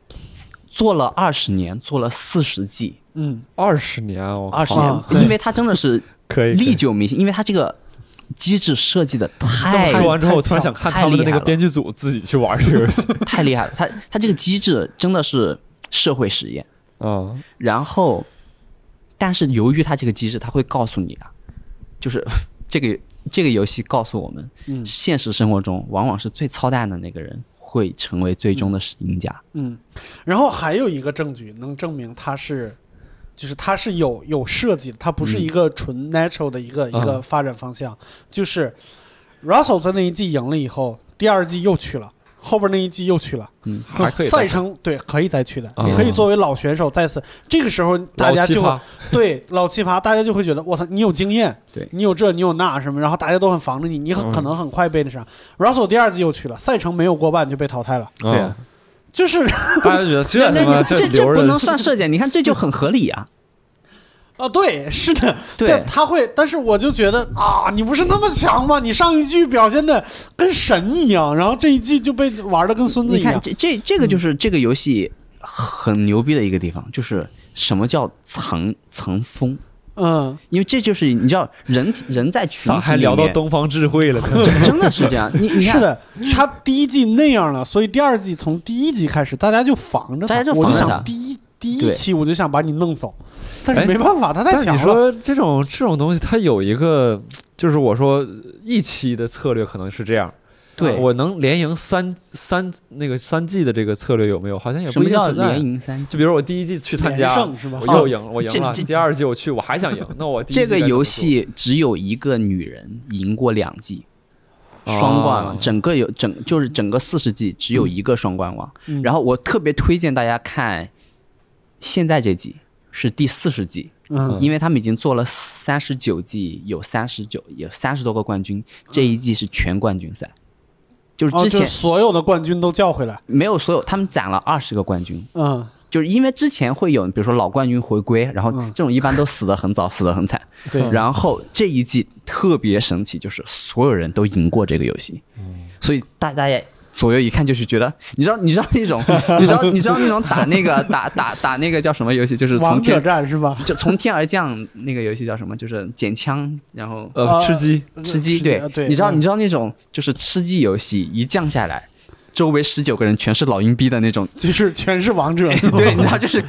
S2: 做了二十年，做了四十季，
S3: 嗯，
S4: 二十年，我
S2: 二十
S4: 靠
S2: 年
S3: 啊，对
S2: 因为它真的是
S5: 可以。可以
S2: 历久弥新，因为它这个机制设计的太
S5: 说完之后，我突然
S2: 太
S5: 想看他们的那个编剧组自己去玩这个游戏。
S2: 太厉害了，它它这个机制真的是社会实验。
S4: 啊，
S2: 然后，但是由于它这个机制，它会告诉你啊，就是 这个这个游戏告诉我们，
S3: 嗯
S2: 现实生活中往往是最操蛋的那个人会成为最终的赢家。
S3: 嗯，然后还有一个证据能证明他是，就是他是有有设计的，他不是一个纯 natural 的一
S4: 嗯
S3: 个、一个发展方向。就是 Russell 在那一季赢了以后，第二季又去了，后边那一季又去了，
S2: 嗯，
S4: 还可以
S3: 哦赛程对可以再去的，
S4: 啊
S3: 可以作为老选手再次。这个时候大家
S4: 老奇
S3: 就
S4: 葩
S3: 对老奇葩，大家就会觉得我操，你有经验，
S2: 对
S3: 你有这你有那什么，然后大家都很防着你，你很
S4: 嗯
S3: 可能很快被那啥。Russell 第二季又去了，赛程没有过半就被淘汰了，
S4: 对
S5: 啊，
S3: 就是
S4: 嗯大家觉得这他妈
S2: 这这这
S4: 留
S2: 不能
S4: 着
S2: 算设计，你看这就很合理啊。
S3: 啊，对，是的，
S2: 对
S3: 但他会，但是我就觉得啊，你不是那么强吗？你上一季表现的跟神一样，然后这一季就被玩的跟孙子
S2: 你
S3: 一
S2: 看
S3: 样。
S2: 这这这个就是这个游戏很牛逼的一个地方，就是什么叫藏藏风。
S3: 嗯，
S2: 因为这就是你知道人人在群
S5: 咋
S2: 体
S5: 还
S2: 里
S5: 聊到
S2: 面
S5: 东方智慧 了？
S2: 真真的是这样，你你看
S3: 是的，他第一季那样了，所以第二季从第一季开始，大家就防着他，
S2: 大家就
S3: 我
S2: 防
S3: 就
S2: 着他
S3: 想第一第一
S2: 对
S3: 期我就想把你弄走，但是
S4: 哎
S3: 没办法，他太
S4: 但
S3: 强
S4: 你
S3: 了。
S4: 说这种这种东西，它有一个，就是我说一期的策略可能是这样，啊
S2: 对，
S4: 我能连赢三三那个三季的这个策略有没有？好像也
S2: 什
S4: 不
S2: 么
S4: 一定
S2: 叫
S4: 存在
S2: 连。赢三季？
S4: 就比如我第一季去参
S3: 连
S4: 加，
S3: 胜是吧
S4: 我？又赢了，我赢
S2: 哦这
S4: 了。
S2: 这
S4: 第二季我去，我还想 赢，那我第一季
S2: 这个
S4: 该怎么
S2: 游
S4: 做
S2: 戏只有一个女人赢过两季，双冠王，
S4: 哦
S2: 整个有整就是整个四十季只有一个双冠王。
S3: 嗯
S2: 然后我特别推荐大家看现在这季是第四十季，
S3: 嗯
S2: 因为他们已经做了三十九季，有三十九有三十多个冠军，这一季是全冠军赛，就是
S3: 哦，
S2: 之
S3: 就
S2: 前
S3: 是所有的冠军都叫回来，
S2: 没有所有，他们攒了二十个冠军，
S3: 嗯，
S2: 就是因为之前会有，比如说老冠军回归，然后
S3: 嗯
S2: 这种一般都死得很早，死得很惨。
S3: 对，
S4: 嗯
S2: 嗯然后这一季特别神奇，就是所有人都赢过这个游戏，
S4: 嗯
S2: 所以大家也。左右一看就是觉得，你知道，你知道那 种，你知道，你知道那种打那个打打打那个叫什么游戏，就是从
S3: 王者
S2: 天
S3: 战 是吧？
S2: 就从天而降那个游戏叫什么？就是捡枪，然后
S4: 呃
S3: 呃
S4: 吃 鸡，
S2: 吃鸡。对
S3: 呃，对，
S2: 你知道，你知
S3: 道
S2: 道那种就是吃鸡游戏一降下来，周围十九个人全是老鹰逼的那 种，
S3: 就是全是王者，
S2: 对，你知道就是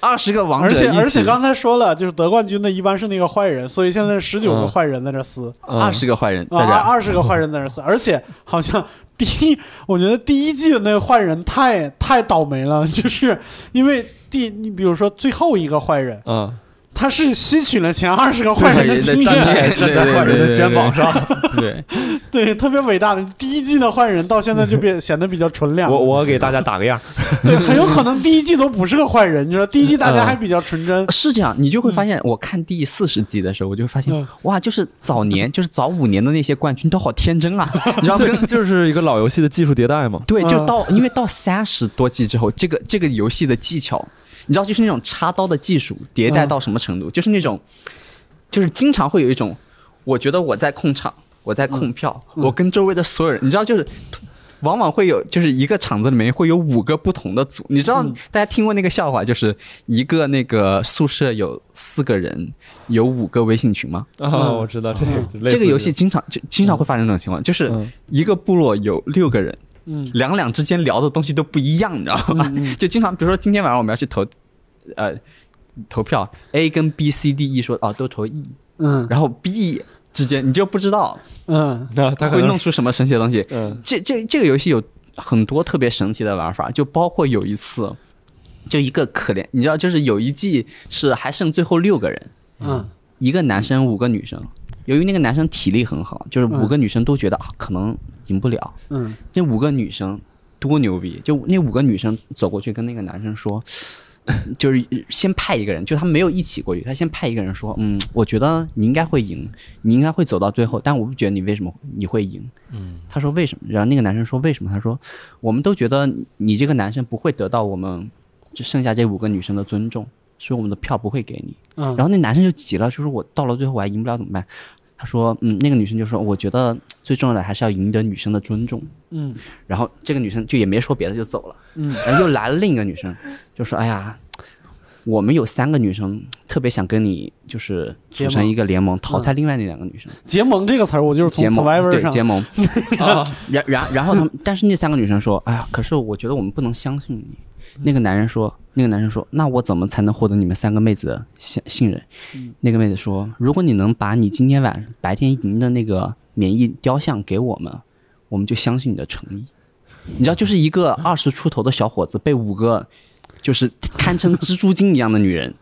S2: 二十个王者
S3: 而
S2: 一起，
S3: 且而且刚才说了，就是得冠军的一般是那个坏人，所以现在十九个
S4: 嗯
S3: 坏人在这撕，
S2: 二十个坏人在
S3: 啊，
S2: 这儿，
S3: 二十个坏人在这撕，而且好像第一，我觉得第一季的那个坏人太太倒霉了，就是因为第你比如说最后一个坏人，
S4: 啊，
S3: 他是吸取了前二十个坏人的经验，
S2: 对对对
S5: 坏人的
S2: 对
S5: 肩膀上。
S2: 对，
S3: 对，特别伟大的第一季的坏人到现在就变显得比较纯良，
S5: 我我给大家打个 样，
S3: 对，很有可能第一季都不是个坏人，你知道，第一季大家还比较纯真，
S2: 呃是这样，你就会发现，我看第四十集的时候，我就会发现
S3: 嗯，
S2: 哇，就是早年，就是早五年的那些冠军都好天真啊，你知 道
S4: 这
S2: 跟。
S4: 就是一个老游戏的技术迭代嘛。
S2: 对，就
S3: 嗯
S2: 到因为到三十多季之后，这个这个游戏的技巧，你知道，就是那种插刀的技术迭代
S3: 嗯
S2: 到什么程度，就是那种，就是经常会有一种，我觉得我在控场，我在
S3: 嗯
S2: 控票，我跟周围的所有人，你知道，就是。往往会有，就是一个场子里面会有五个不同的组，你知道，
S3: 嗯
S2: 大家听过那个笑话，就是一个那个宿舍有四个人，有五个微信群吗？
S4: 啊，我知道这个类
S2: 嗯
S4: 似
S2: 这个游戏经常就经常会发生这种情况，就是
S4: 嗯
S2: 一个部落有六个人，
S3: 嗯
S2: 两两之间聊的东西都不一样，你知道吗？
S4: 嗯
S2: 就经常比如说今天晚上我们要去投，呃，投票 A 跟 B、C、D、E 说哦都投 E，
S3: 嗯
S2: 然后 B 之间你就不知道
S3: 嗯
S4: 那他可
S2: 会
S4: 能
S2: 弄出什么神奇的东西。
S4: 嗯
S2: 这这这个游戏有很多特别神奇的玩法，就包括有一次，就一个可怜，你知道，就是有一季是还剩最后六个人，
S3: 嗯
S2: 一个男生五个女生。由于那个男生体力很好，就是五
S3: 嗯
S2: 个女生都觉得、啊可能赢不了，
S3: 嗯
S2: 那五个女生多牛逼！就那五个女生走过去跟那个男生说， 就是先派一个人，就他没有一起过去，他先派一个人说，嗯，我觉得你应该会赢，你应该会走到最后，但我不觉得你为什么你会赢。嗯，他说为什么？然后那个男生说为什么？他说我们都觉得你这个男生不会得到我们就剩下这五个女生的尊重，所以我们的票不会给你。
S3: 嗯，
S2: 然后那男生就急了，就是我到了最后我还赢不了怎么办？他说，嗯，那个女生就说，我觉得最重要的还是要赢得女生的尊重。
S3: 嗯
S2: 然后这个女生就也没说别的就走了，
S3: 嗯，
S2: 然后又来了另一个女生，就说：“哎呀，我们有三个女生特别想跟你就是组成一个联盟，嗯淘汰另外那两个女生，
S3: 结盟这个词儿我就是从
S2: 结盟
S3: Survivor
S2: 对
S3: 上
S2: 结 盟。
S5: 哦
S2: 啊然 然然后他们，但是那三个女生说：哎呀，可是我觉得我们不能相信你。那个男人说，那个男生说，那我怎么才能获得你们三个妹子的信信任？
S3: 嗯
S2: 那个妹子说，如果你能把你今天晚上白天赢的那个免疫雕像给我们，我们就相信你的诚意。你知道，就是一个二十出头的小伙子被五个就是堪称 蜘蛛精一样的女人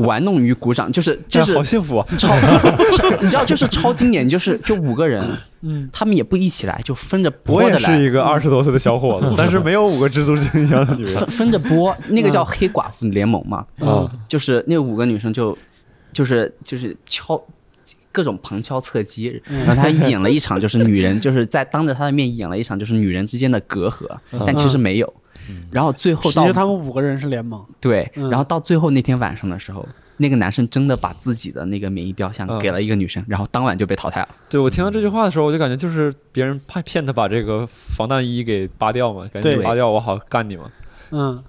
S2: 玩弄于股掌，就是就
S5: 哎
S2: 是
S5: 好幸福啊！
S2: 超，超 你知道，就是超经典，就是就五个人，
S3: 嗯，
S2: 他们也不一起来，就分着
S5: 我
S2: 播
S5: 也
S2: 着
S5: 是
S2: 来。
S5: 一个二十多岁的小伙 子，但是没有五个嗯蜘蛛精一样的女人
S2: 分分着播，那个叫黑寡妇联盟嘛，嗯
S5: 啊。
S2: 就是那五个女生就，就是就是敲各种旁敲侧击，
S5: 嗯
S2: 然后她演了一场就是女人，就是在当着她的面演了一场就是女人之间的隔阂，
S5: 嗯
S2: 但其实没有。然后最后
S3: 其
S2: 到
S3: 实他们五个人是联盟，
S2: 对，
S3: 嗯
S2: 然后到最后那天晚上的时候，那个男生真的把自己的那个免疫雕像
S4: 嗯
S2: 给了一个女生，然后当晚就被淘汰了。
S4: 对我听到这句话的时候，我就感觉就是别人怕骗他把这个防弹衣给扒掉嘛，赶紧
S3: 对
S4: 扒掉，我好干你嘛。
S3: 嗯，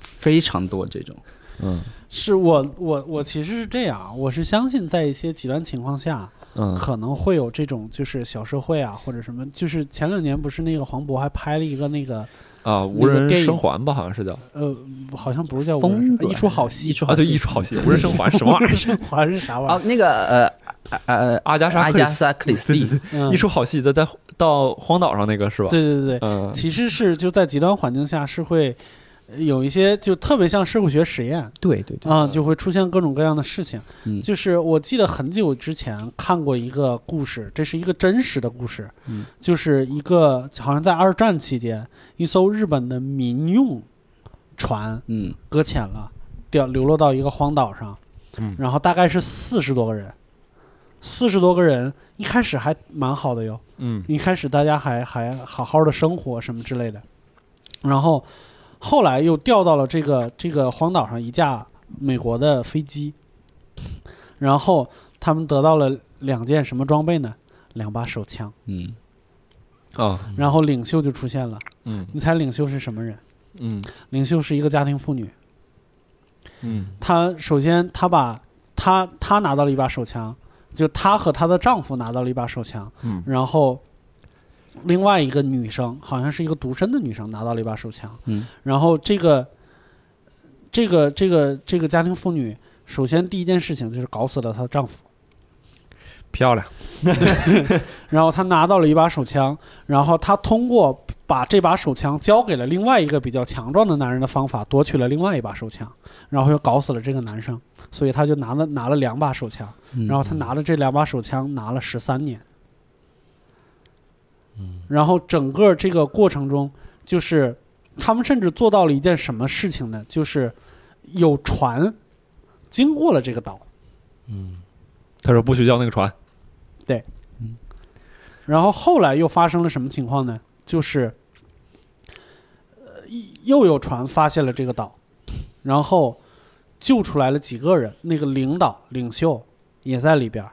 S2: 非常多这种，
S4: 嗯
S3: 是我我我其实是这样啊，我是相信在一些极端情况下，
S4: 嗯
S3: 可能会有这种就是小社会啊或者什么，就是前两年不是那个黄渤还拍了一个那个
S4: 啊，无人
S3: 电影
S4: 生还吧，好像是叫
S3: 呃，好像不是叫
S2: 疯
S3: 无人呃
S2: 子
S3: 一出好戏，
S2: 啊一出
S4: 啊 啊，对，一出好戏，无人生还什么玩意儿？
S3: 还是啥玩意
S2: 哦
S3: 儿？，
S2: 那个呃，呃
S4: 阿加莎
S2: 阿
S4: 克里
S2: 加
S4: 斯
S2: 莎克里斯蒂，
S3: 嗯
S4: 一出好戏，再在到荒岛上那个是吧？，
S3: 对对对对，
S4: 嗯，
S3: 其实是就在极端环境下是会呃有一些就特别像社会学实验
S2: 对对对，
S3: 啊，就会出现各种各样的事情。
S2: 嗯
S3: 就是我记得很久之前看过一个故事，这是一个真实的故事，
S2: 嗯
S3: 就是一个好像在二战期间，一艘日本的民用船
S2: 嗯
S3: 搁浅了，掉流落到一个荒岛上，
S5: 嗯
S3: 然后大概是四十多个人，四十多个人一开始还蛮好的哟，
S5: 嗯
S3: 一开始大家还还好好的生活什么之类的，然后后来又调到了这个这个荒岛上一架美国的飞机，然后他们得到了两件什么装备呢？两把手枪，
S2: 嗯，
S4: 啊，
S3: 然后领袖就出现了。
S4: 嗯
S3: 你猜领袖是什么人？
S4: 嗯
S3: 领袖是一个家庭妇女。
S4: 嗯
S3: 她首先她把她她拿到了一把手枪，就她和她的丈夫拿到了一把手枪，
S4: 嗯
S3: 然后另外一个女生好像是一个独身的女生拿到了一把手枪，
S2: 嗯，
S3: 然后这个这个这个这个家庭妇女。首先，第一件事情就是搞死了她的丈夫，
S4: 漂亮，
S3: 然后她拿到了一把手枪，然后她通过把这把手枪交给了另外一个比较强壮的男人的方法，夺取了另外一把手枪，然后又搞死了这个男生，所以她就拿了拿了两把手枪。
S2: 嗯
S3: 然后他拿了这两把手枪，拿了十三年。然后整个这个过程中，就是他们甚至做到了一件什么事情呢？就是有船经过了这个岛，
S4: 他说不许叫那个船，
S3: 然后后来又发生了什么情况呢？就是，呃，一又有船发现了这个岛，然后救出来了几个人，那个领导领袖也在里边儿。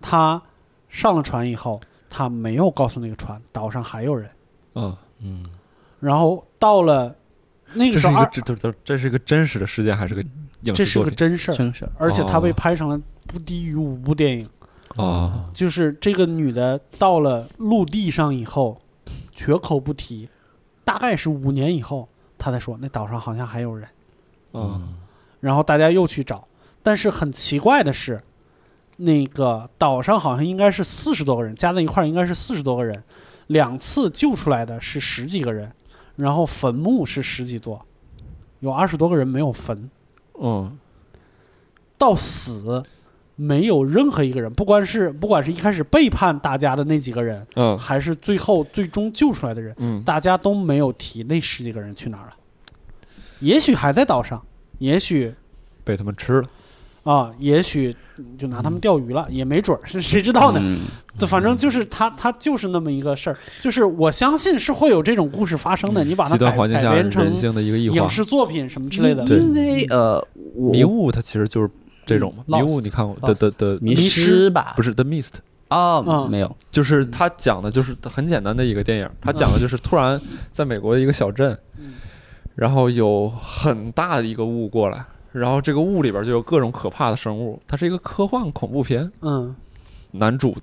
S3: 他上了船以后，他没有告诉那个船岛上还有人。
S4: 啊，
S3: 然后到了那
S4: 这
S3: 个
S4: 是
S3: 时
S4: 一
S3: 候
S4: 个
S3: 二，
S4: 这这这这是一个真实的事件还是个影
S3: 这
S4: 视
S3: 是
S4: 作
S3: 个
S4: 品？
S3: 真事儿，
S2: 真是，
S3: 而且他被
S4: 哦
S3: 拍成了不低于五部电影。
S4: 啊，
S3: 就是这个女的到了陆地上以后，绝口不提，大概是五年以后，她才说那岛上好像还有人，
S4: 啊，
S3: 然后大家又去找，但是很奇怪的是，那个岛上好像应该是四十多个人，加在一块儿应该是四十多个人，两次救出来的是十几个人，然后坟墓是十几座，有二十多个人没有坟，
S4: 嗯
S3: 到死。没有任何一个人，不管是不管是一开始背叛大家的那几个人，
S4: 嗯
S3: 还是最后最终救出来的人，
S4: 嗯
S3: 大家都没有提那十几个人去哪儿了。也许还在岛上，也许
S4: 被他们吃了，
S3: 啊，也许就拿他
S4: 嗯
S3: 们钓鱼了，也没准儿， 是谁知道呢？
S2: 嗯
S3: 这反正就是他，他就是那么一个事儿。就是我相信是会有这种故事发生的。你把它
S4: 嗯极端
S3: 改
S4: 环境
S3: 改
S4: 下
S3: 编成
S4: 人性的一个异化嗯
S3: 影，视作品什么之类的，
S4: 对
S2: 因为呃，我
S4: 迷雾它其实就是这种嘛，
S2: 嗯
S4: 迷
S2: Lost，
S4: 雾你看过的的的
S2: 迷
S3: 迷
S2: 失吧，
S4: 不
S2: 是
S4: 是 The Mist，
S2: 哦，
S3: 嗯
S2: 没有，
S4: 就是它讲的就是很简单的一个电影，它讲的就是突然在美国的一个小镇，
S3: 嗯
S4: 然后有很大的一个雾过来，然后这个雾里边就有各种可怕的生物，它是一个科幻恐怖片，
S3: 嗯
S4: 男主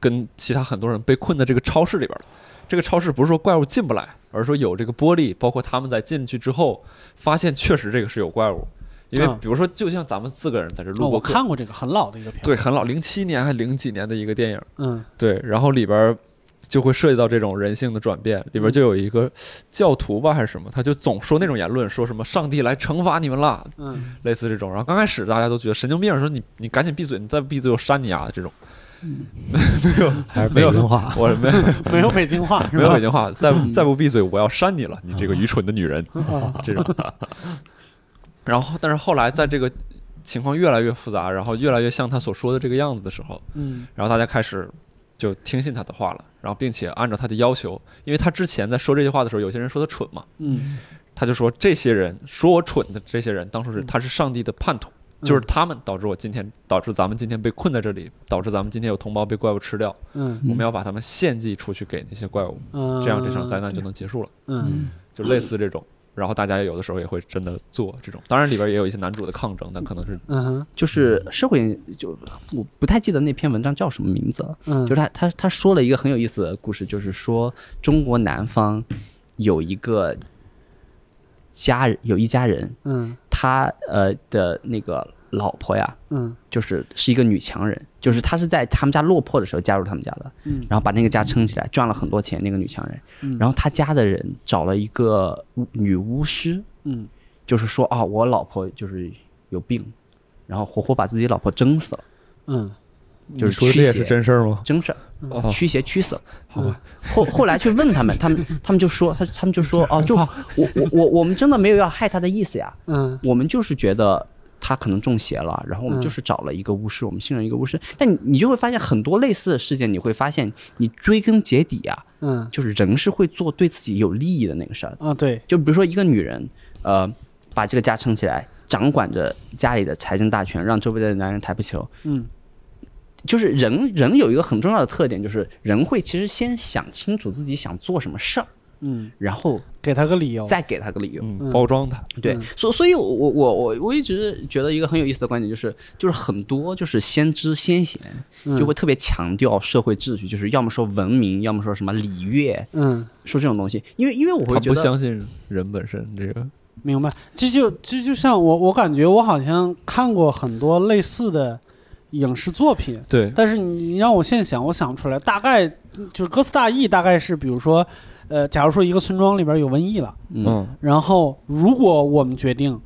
S4: 跟其他很多人被困在这个超市里边了。这个超市不是说怪物进不来，而是说有这个玻璃，包括他们在进去之后发现确实这个是有怪物，因为
S3: 嗯
S4: 比如说就像咱们四个人在这
S3: 哦
S4: 录
S3: 我
S4: 播课，
S3: 看过这个很老的一个片，
S4: 对，很老，零七年还零几年的一个电影，
S3: 嗯
S4: 对，然后里边儿就会涉及到这种人性的转变，里边儿就有一个教徒吧还是什么，他就总说那种言论，说什么上帝来惩罚你们啦，
S3: 嗯
S4: 类似这种。然后刚开始大家都觉得神经病，说你你赶紧闭嘴，你再闭嘴我扇你啊这种。 没有，
S5: 还是
S4: 没有
S5: 话，嗯
S4: 我 没有
S3: 没有北京话是
S4: 没有
S3: 吧
S4: 北？京话，再再不闭嘴我要扇你了，你这个愚蠢的女人，
S5: 哦
S4: 这种。然后，但是后来在这个情况越来越复杂，然后越来越像他所说的这个样子的时候，
S3: 嗯
S4: 然后大家开始就听信他的话了，然后并且按照他的要求，因为他之前在说这些话的时候，有些人说他蠢嘛，
S3: 嗯，
S4: 他就说这些人说我蠢的这些人，当初是他是上帝的叛徒，就是他们导致我今天导致咱们今天被困在这里，导致咱们今天有同胞被怪物吃掉，
S3: 嗯
S4: 我们要把他们献祭出去给那些怪物，
S3: 嗯，
S4: 这样这场灾难就能结束了，
S3: 嗯
S4: 就类似这种。然后大家有的时候也会真的做这种，当然里边也有一些男主的抗争，但可能是
S3: 嗯哼
S2: 就是社会就我不太记得那篇文章叫什么名字了，
S3: 嗯，
S2: 就是他他他说了一个很有意思的故事，就是说中国南方有一个家有一家人，
S3: 嗯
S2: 他呃的那个老婆呀，
S3: 嗯
S2: 就是是一个女强人，就是她是在他们家落魄的时候加入他们家的，
S3: 嗯
S2: 然后把那个家撑起来，赚了很多钱。那个女强人，
S3: 嗯
S2: 然后她家的人找了一个巫女巫师，
S3: 嗯
S2: 就是说啊，我老婆就是有病，然后活活把自己老婆蒸死了，
S3: 嗯
S2: 就是
S4: 说
S2: 驱
S4: 的这也
S2: 邪
S4: 是真事儿吗？
S2: 蒸事儿
S4: 哦，
S2: 驱邪驱死了。
S4: 好吧，
S2: 后后来去问他们，他们他们就说，他他们就 说哦，就我我我我们真的没有要害他的意思呀，
S3: 嗯
S2: 我们就是觉得他可能中邪了，然后我们
S3: 嗯
S2: 就是找了一个巫师，我们信任一个巫师。但你你就会发现很多类似的事件，你会发现你追根结底啊，
S3: 嗯
S2: 就是人是会做对自己有利益的那个事儿的。
S3: 啊，对，
S2: 就比如说一个女人，呃，把这个家撑起来，掌管着家里的财政大权，让周围的男人抬不起头。
S3: 嗯
S2: 就是人人有一个很重要的特点，就是人会其实先想清楚自己想做什么事儿，
S3: 嗯，
S2: 然后
S3: 给他个理由，
S2: 再给他个理由。
S4: 嗯
S3: 嗯
S4: 包装它，
S2: 对
S3: 嗯，
S2: 所所以我，我我我我一直觉得一个很有意思的观点就是，就是很多就是先知先贤
S4: 嗯
S2: 就会特别强调社会秩序，就是要么说文明，要么说什么礼乐，
S3: 嗯，
S2: 说这种东西，因为因为我
S4: 他
S2: 会觉
S4: 不
S2: 得，
S4: 相信人本身这个。
S3: 明白。这就这就像我，我感觉我好像看过很多类似的影视作品，
S4: 对，
S3: 但是你让我现想，我想不出来。大概就是哥斯大意，大概是比如说，呃，假如说一个村庄里边有瘟疫了，
S2: 嗯
S4: 嗯，
S3: 然后如果我们决定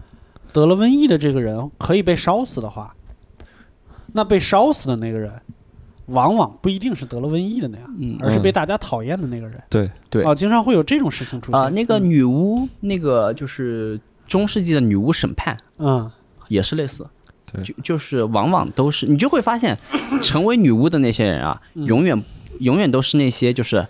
S3: 得了瘟疫的这个人可以被烧死的话，那被烧死的那个人，往往不一定是得了瘟疫的那样，
S2: 嗯
S3: 而是被大家讨厌的那个人。
S4: 对，
S2: 对
S3: 啊，经常会有这种事情出现。
S2: 啊、那
S4: 嗯
S2: 个女巫，那个就是中世纪的女巫审判
S3: 嗯，
S2: 也是类似，
S4: 对
S2: 就就是往往都是你就会发现，成为女巫的那些人啊，
S4: 嗯
S2: 永远永远都是那些就是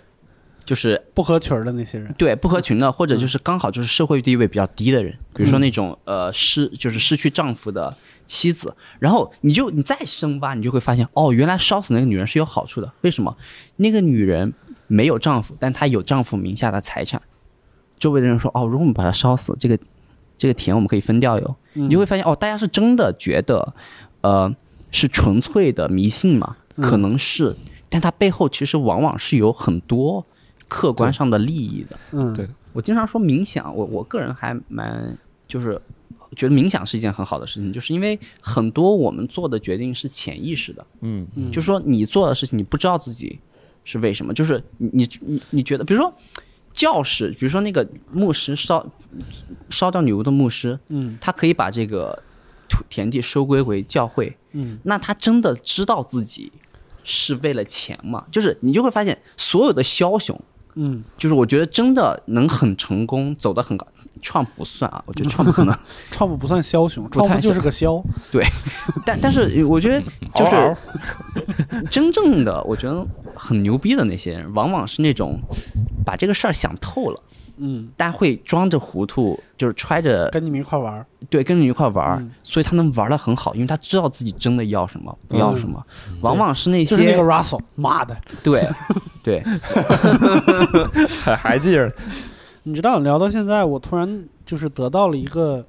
S2: 就是
S3: 不合群儿的那些人。
S2: 对不合群的，或者就是刚好就是社会地位比较低的人，比如说那种呃失就是失去丈夫的妻子，然后你就你再深挖，你就会发现哦，原来烧死那个女人是有好处的。为什么？那个女人没有丈夫，但她有丈夫名下的财产。周围的人说哦，如果我们把她烧死，这个这个田我们可以分掉哟。你就会发现哦，大家是真的觉得呃是纯粹的迷信嘛？可能是，但它背后其实往往是有很多客观上的利益的。
S3: 嗯，
S4: 对
S2: 我经常说冥想，我我个人还蛮就是觉得冥想是一件很好的事情，就是因为很多我们做的决定是潜意识的，
S4: 嗯，
S3: 嗯
S2: 就是说你做的事情你不知道自己是为什么，就是你你你你觉得，比如说教士，比如说那个牧师烧烧掉女巫的牧师，
S3: 嗯
S2: 他可以把这个土田地收归回教会，
S3: 嗯
S2: 那他真的知道自己是为了钱吗？就是你就会发现所有的枭雄。
S3: 嗯，
S2: 就是我觉得真的能很成功，走得很高。创不算啊，我觉得创不可 能。
S3: 川普不算枭雄，
S2: 不
S3: 川
S2: 太
S3: 普就是个枭。
S2: 但但是我觉得就
S4: 嗷嗷
S2: 是真正的，我觉得很牛逼的那些人，往往是那种把这个事儿想透了，
S3: 嗯，
S2: 但会装着糊涂，就是揣着
S3: 跟你们一块玩儿。
S2: 对跟你一块玩儿
S3: 嗯，
S2: 所以他能玩得很好，因为他知道自己真的要什么，不要什么。往往是那
S3: 嗯就是那
S2: 些嗯
S3: 个 Russell，妈的！
S2: 对对，
S4: 还还记着，
S3: 你知道，聊到现在，我突然就是得到了一个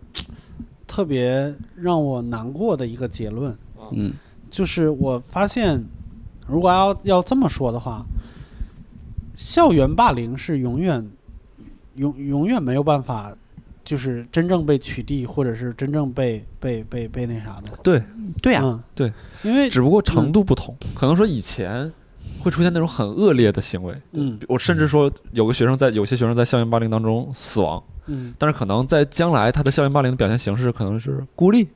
S3: 特别让我难过的一个结论，
S2: 嗯
S3: 就是我发现，如果要要这么说的话，校园霸凌是永远永永远没有办法，就是真正被取缔，或者是真正被被被被那啥的。
S4: 对，
S2: 对呀，
S3: 嗯，
S4: 对，
S3: 因为
S4: 只不过程度不同，可能说以前会出现那种很恶劣的行为，
S3: 嗯
S4: 我甚至说有个学生在有些学生在校园霸凌当中死亡，
S3: 嗯
S4: 但是可能在将来他的校园霸凌的表现形式可能是孤立，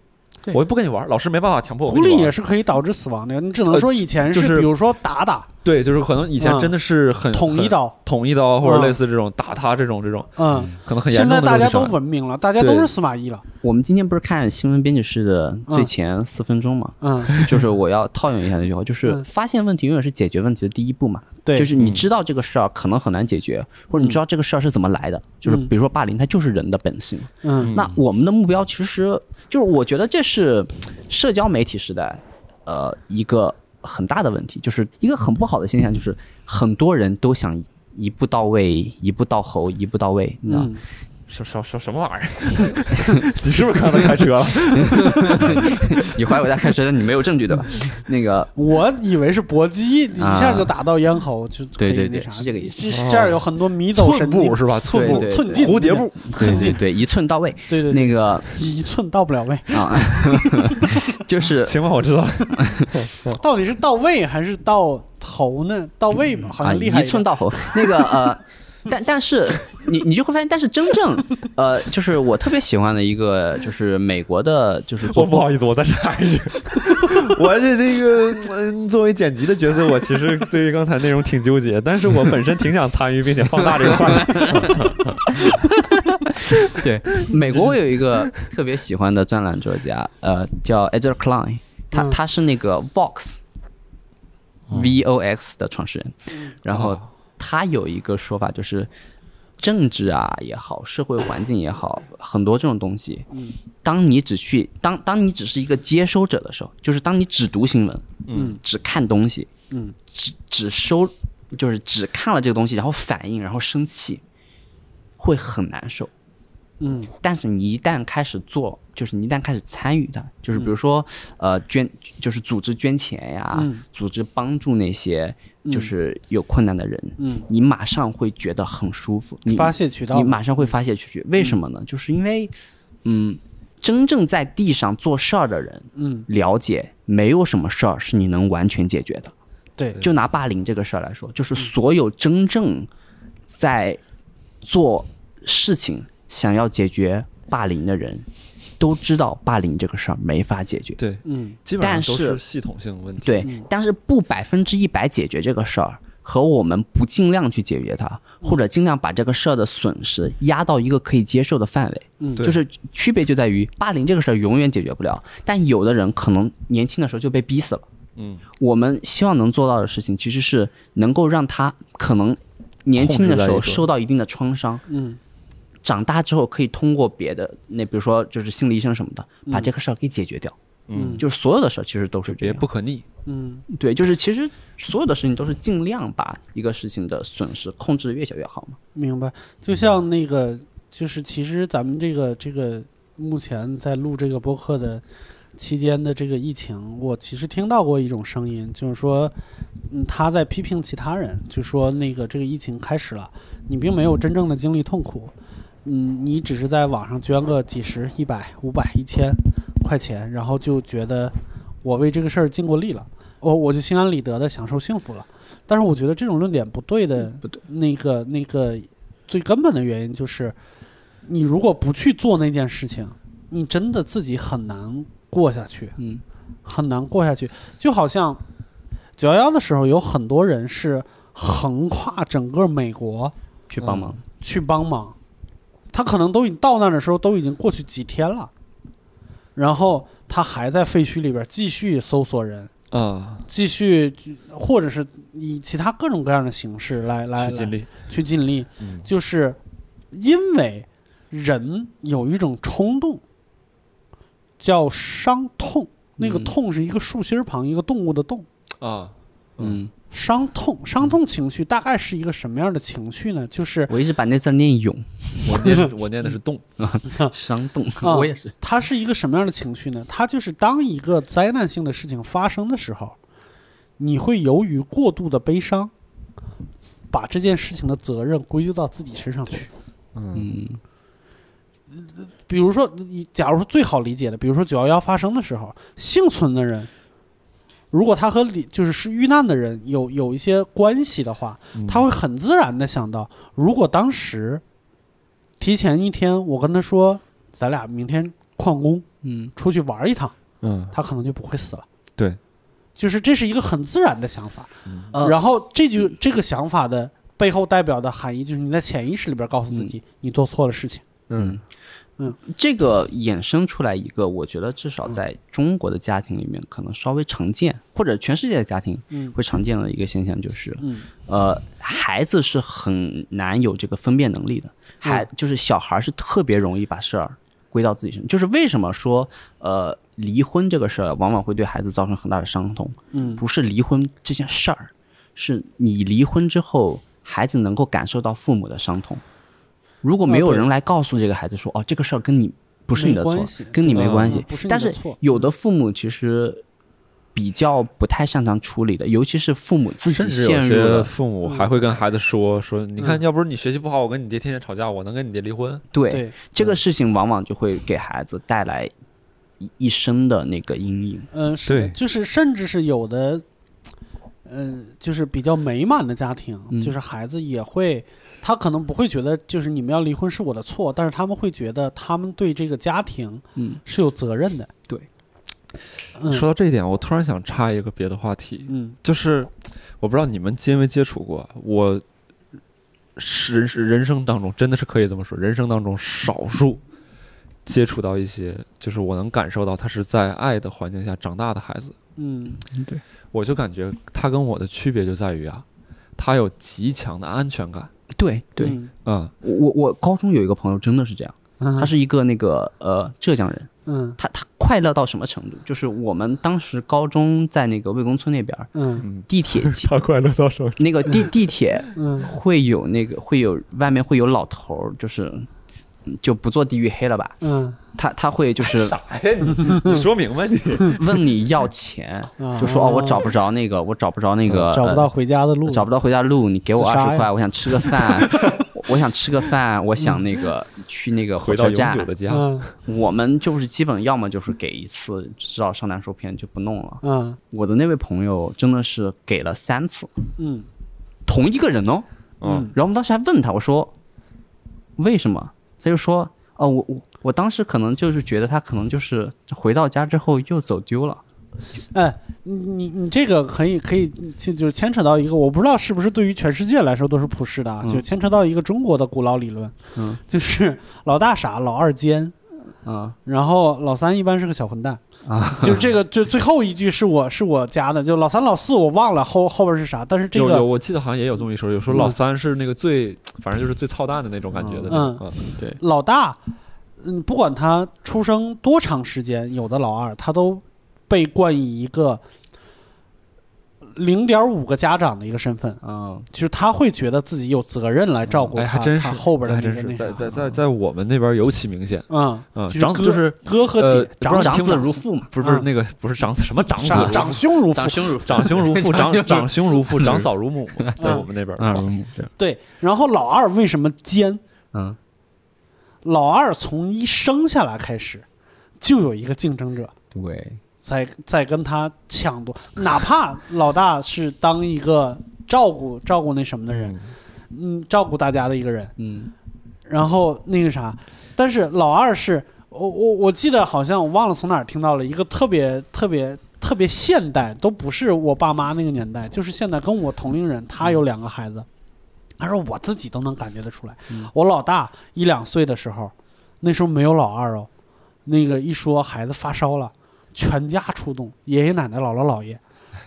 S2: 对
S4: 我不跟你玩，老师没办法强迫我
S3: 孤
S4: 跟你
S3: 立
S4: 玩
S3: 也是可以导致死亡的，你只能说以前
S4: 啊呃就是
S3: 比如说打打、
S4: 对，就是可能以前
S3: 嗯
S4: 真的是很
S3: 捅一
S4: 很
S3: 刀，
S4: 捅一刀啊或者
S3: 嗯
S4: 类似这种打他这种这种
S3: 嗯，
S4: 可能很严
S3: 现
S4: 重
S3: 在
S4: 的
S3: 大
S4: 肉
S3: 家
S4: 体
S3: 都
S4: 伤害。
S3: 文明了，大家都是司马懿了，
S2: 我们今天不是看新闻编辑室的最
S3: 嗯
S2: 前四分钟嘛，
S3: 嗯，
S2: 就是我要套用一下那句话，就是
S3: 嗯
S2: 发现问题永远是解决问题的第一步嘛。
S3: 对，嗯
S2: 就是你知道这个事儿可能很难解决，或者你知道这个事儿是怎么来的，就是比如说霸凌，它就是人的本性。
S3: 嗯
S2: 那我们的目标其实就是，我觉得这是社交媒体时代，呃，一个很大的问题，就是一个很不好的现象，
S4: 啊
S2: 就是很多人都想一步到位，一步到喉，一步到位，你知道。
S3: 嗯
S4: 什什什什么玩意儿？你是不是刚才开车了？
S2: 你怀疑我在开车，但你没有证据 对吧？那个
S3: 我以为是搏击，你一下就打到咽喉，就
S2: 对对
S3: 可以
S2: 对
S3: 那啥
S2: 是这个意思
S3: 这这样有很多迷走
S5: 哦寸
S3: 神
S5: 步
S3: 经，
S5: 是吧？寸步
S2: 对对
S3: 寸进
S5: 蝴蝶步，
S2: 对对对，一寸到位。
S3: 对对对，
S2: 那个
S3: 一寸到不了位，
S2: 啊， 就是
S4: 行吧，我知道了。
S3: 到底是到位还是到头呢？到位吧，好
S2: 啊，
S3: 像厉害
S2: 一寸
S3: 到
S2: 到头。那个呃，但但是你你就会发现，但是真正呃，就是我特别喜欢的一个就是美国的，就是
S4: 我
S2: 做
S4: 不好意思，我再插一句， 我这这个嗯，作为剪辑的角色，我其实对于刚才内容挺纠结，但是我本身挺想参与并且放大这个话题。
S2: 对，美国我有一个特别喜欢的专栏作家，呃，叫 Ezra Klein，他、
S3: 嗯
S2: 他是那个 Vox。V O X 的创始人，然后他有一个说法，就是政治啊也好，社会环境也好，很多这种东西，当你只去当当你只是一个接收者的时候，就是当你只读新闻，
S3: 嗯，
S2: 只看东西，
S3: 嗯，
S2: 只只收，就是只看了这个东西，然后反应，然后生气，会很难受。
S3: 嗯
S2: 但是你一旦开始做，就是你一旦开始参与的，就是比如说，呃，捐，就是组织捐钱呀，
S3: 嗯
S2: 组织帮助那些就是有困难的人，
S3: 嗯，
S2: 你马上会觉得很舒服，你
S3: 发泄渠嗯道
S2: 你马上会发泄出去。为什么呢？就是因为，嗯，真正在地上做事儿的人
S3: 嗯，
S2: 了解，没有什么事儿是你能完全解决的。
S3: 对，
S2: 就拿霸凌这个事儿来说，就是所有真正在做事情想要解决霸凌的人，都知道霸凌这个事儿没法解决。
S4: 对，
S3: 嗯
S4: 基
S2: 本上都是
S4: 系统性问题。
S2: 对，但是不百分之一百解决这个事儿，和我们不尽量去解决它，或者尽量把这个事儿的损失压到一个可以接受的范围，
S3: 嗯
S4: 对
S2: 就是区别就在于霸凌这个事儿永远解决不了，但有的人可能年轻的时候就被逼死了。
S4: 嗯，
S2: 我们希望能做到的事情，其实是能够让他可能年轻的时候
S4: 控制在一个
S2: 受到一定的创伤，
S3: 嗯
S2: 长大之后可以通过别的，那比如说就是心理医生什么的，
S4: 嗯
S2: 把这个事儿给解决掉。
S3: 嗯
S2: 就是所有的事儿其实都是这
S4: 别
S2: 样。
S4: 不可逆。
S3: 嗯
S2: 对，就是其实所有的事情都是尽量把一个事情的损失控制的越小越好嘛。
S3: 明白，就像那个，就是其实咱们这个这个目前在录这个播客的期间的这个疫情，我其实听到过一种声音，就是说，嗯，他在批评其他人，就说那个这个疫情开始了，你并没有真正的经历痛苦，嗯，你只是在网上捐个几十、一百、五百、一千块钱，然后就觉得我为这个事儿尽过力了，我我就心安理得的享受幸福了。但是我觉得这种论点不对的，
S2: 嗯不对，
S3: 那个那个最根本的原因就是，你如果不去做那件事情，你真的自己很难过下去。
S2: 嗯，
S3: 很难过下去。就好像九幺幺的时候，有很多人是横跨整个美国
S2: 去帮忙。
S3: 去帮忙，他可能都已经到那的时候都已经过去几天了，然后他还在废墟里边继续搜索人，
S4: 啊，
S3: 继续或者是以其他各种各样的形式来来
S4: 去尽
S3: 来
S4: 力。
S3: 去尽力，
S4: 嗯
S3: 就是因为人有一种冲动，叫伤痛。那个
S2: 嗯
S3: 痛是一个竖心儿旁，一个动物的动。
S4: 啊，
S2: 嗯，
S3: 伤痛，伤痛情绪大概是一个什么样的情绪呢？就是
S2: 嗯我一直把那字念勇，
S4: 我念我念的是动。
S2: 伤动，
S3: 啊
S2: 我也是。
S3: 它是一个什么样的情绪呢？它就是当一个灾难性的事情发生的时候，你会由于过度的悲伤，把这件事情的责任归咎到自己身上去。
S4: 嗯
S2: 嗯
S3: 比如说，你假如说最好理解的，比如说九幺幺发生的时候，幸存的人，如果他和里就是是遇难的人有有一些关系的话，他会很自然的想到，如果当时提前一天我跟他说，咱俩明天旷工
S2: 嗯，
S3: 出去玩一趟，
S4: 嗯，
S3: 他可能就不会死了。
S4: 对，
S3: 就是这是一个很自然的想法。
S2: 呃
S3: 然后这句这个想法的背后代表的含义就是你在潜意识里边告诉自己，你做错了事情。
S2: 嗯，
S3: 嗯
S2: 嗯，这个衍生出来一个，我觉得至少在中国的家庭里面，可能稍微常见，或者全世界的家庭
S3: 嗯
S2: 会常见的一个现象就是，
S3: 嗯
S2: 呃，孩子是很难有这个分辨能力的，孩就是小孩是特别容易把事儿归到自己身上。就是为什么说，呃，离婚这个事儿往往会对孩子造成很大的伤痛，
S3: 嗯
S2: 不是离婚这件事儿，是你离婚之后，孩子能够感受到父母的伤痛。如果没有
S3: 啊对
S2: 人来告诉这个孩子说，哦，这个事儿跟你不是你的
S3: 没
S2: 错
S3: 关系，
S2: 跟你没
S4: 嗯
S2: 关系
S3: 嗯不是，你
S2: 但是
S3: 的错
S2: 有的父母其实比较不太擅长处理的，尤其是父母自己
S4: 甚至有
S2: 陷入
S4: 些
S2: 了
S4: 父母还会跟孩子说说，你看，要不是你学习不好，我跟你爹天天吵架，我能跟你爹离婚。
S2: 对
S3: 对，
S2: 这个事情，往往就会给孩子带来一一生的那个阴影。
S3: 嗯，是的
S4: 对
S3: 就是甚至是有的，嗯，就是比较美满的家庭，
S2: 嗯
S3: 就是孩子也会，他可能不会觉得就是你们要离婚是我的错，但是他们会觉得他们对这个家庭
S2: 嗯
S3: 是有责任的。
S2: 对，
S3: 嗯，
S4: 说到这一点，我突然想插一个别的话题，
S3: 嗯
S4: 就是我不知道你们接没接触过，我是人人生当中真的是可以这么说，人生当中少数接触到一些，就是我能感受到他是在爱的环境下长大的孩子，
S3: 嗯
S4: 我就感觉他跟我的区别就在于啊，他有极强的安全感，
S2: 对对，
S3: 嗯
S4: 嗯，
S2: 我我我高中有一个朋友真的是这样，
S3: 嗯
S2: 他是一个那个呃浙江人，
S3: 嗯
S2: 他他快乐到什么程度？就是我们当时高中在那个魏公村那边儿，
S3: 嗯
S2: 地铁
S5: 他快乐到什么？
S2: 那个地地铁
S3: 嗯
S2: 会有那个会有外面会有老头儿，就是嗯就不做地域黑了吧？
S3: 嗯
S2: 他他会就是
S4: 哎，你 你说明白你，
S2: 问你要钱，
S3: 啊
S2: 就说哦我找不着那个我找不着那个
S3: 嗯找不
S2: 呃
S3: 到回家的路，
S2: 找不到回家路，你给我
S3: 自杀
S2: 二十块，
S3: 呀
S2: 我想吃个 饭，我我想吃个饭，我想那个去那个火
S4: 回到
S2: 车
S4: 永久
S2: 站。
S4: 的家，
S3: 嗯
S2: 我们就是基本要么就是给一次，知道上当受骗就不弄了。
S3: 嗯
S2: 我的那位朋友真的是给了三次，
S3: 嗯
S2: 同一个人哦。
S3: 嗯
S2: 然后我们当时还问他，我说为什么？他就说哦，我我我当时可能就是觉得他可能就是回到家之后又走丢了。
S3: 哎，你你你这个可以可以，就就是牵扯到一个，我不知道是不是对于全世界来说都是普世的啊，
S2: 嗯
S3: 就牵扯到一个中国的古老理论，
S2: 嗯，
S3: 就是老大傻，老二奸，
S2: 啊
S3: 然后老三一般是个小混蛋，
S2: 啊，
S3: 就是这个，就最后一句是我是我加的，就老三老四我忘了后后边是啥，但是这
S4: 有有，
S3: 个
S4: 我记得好像也有这么一说，有时候老三是那个最，反正就是最操蛋的那种感觉的那种，嗯
S2: 对，
S3: 老大，嗯，不管他出生多长时间，有的老二他都被冠以一个零点五个家长的一个身份。
S2: 嗯
S3: 就是他会觉得自己有责任来照顾他，
S4: 哎，还真
S3: 他
S4: 是
S3: 后边的
S4: 还
S3: 那
S4: 真
S3: 个
S4: 是
S3: 那
S4: 在
S3: 啥，
S4: 在在在我们那边尤其明显，
S3: 嗯，
S4: 嗯，
S3: 就是
S4: 长子
S3: 哥
S4: 就是
S3: 哥和
S4: 呃
S3: 姐，，
S4: 不
S2: 长
S4: 知道你
S2: 长
S4: 听
S2: 子
S4: 过
S2: 如父嘛，
S4: 不是不是
S3: 嗯
S4: 那个不是长子什么长子
S3: 长长兄如父
S2: 长，兄如父
S4: 长兄 如父，长长兄如父，
S2: 长
S4: 长嫂如母嘛，在我们那边
S2: 啊，如母这样，
S3: 对。然后老二为什么奸？
S2: 嗯
S3: 老二从一生下来开始，就有一个竞争者
S2: 对，
S3: 在在跟他抢夺，哪怕老大是当一个照顾照顾那什么的人，嗯，照顾大家的一个人，
S2: 嗯
S3: 然后那个啥，但是老二是我我我记得好像我忘了从哪儿听到了一个特别特别特别现代，都不是我爸妈那个年代，就是现在跟我同龄人，他有两个孩子，他说我自己都能感觉得出来，
S2: 嗯
S3: 我老大一两岁的时候，那时候没有老二哦，那个一说孩子发烧了，全家出动，爷爷奶奶姥姥姥爷。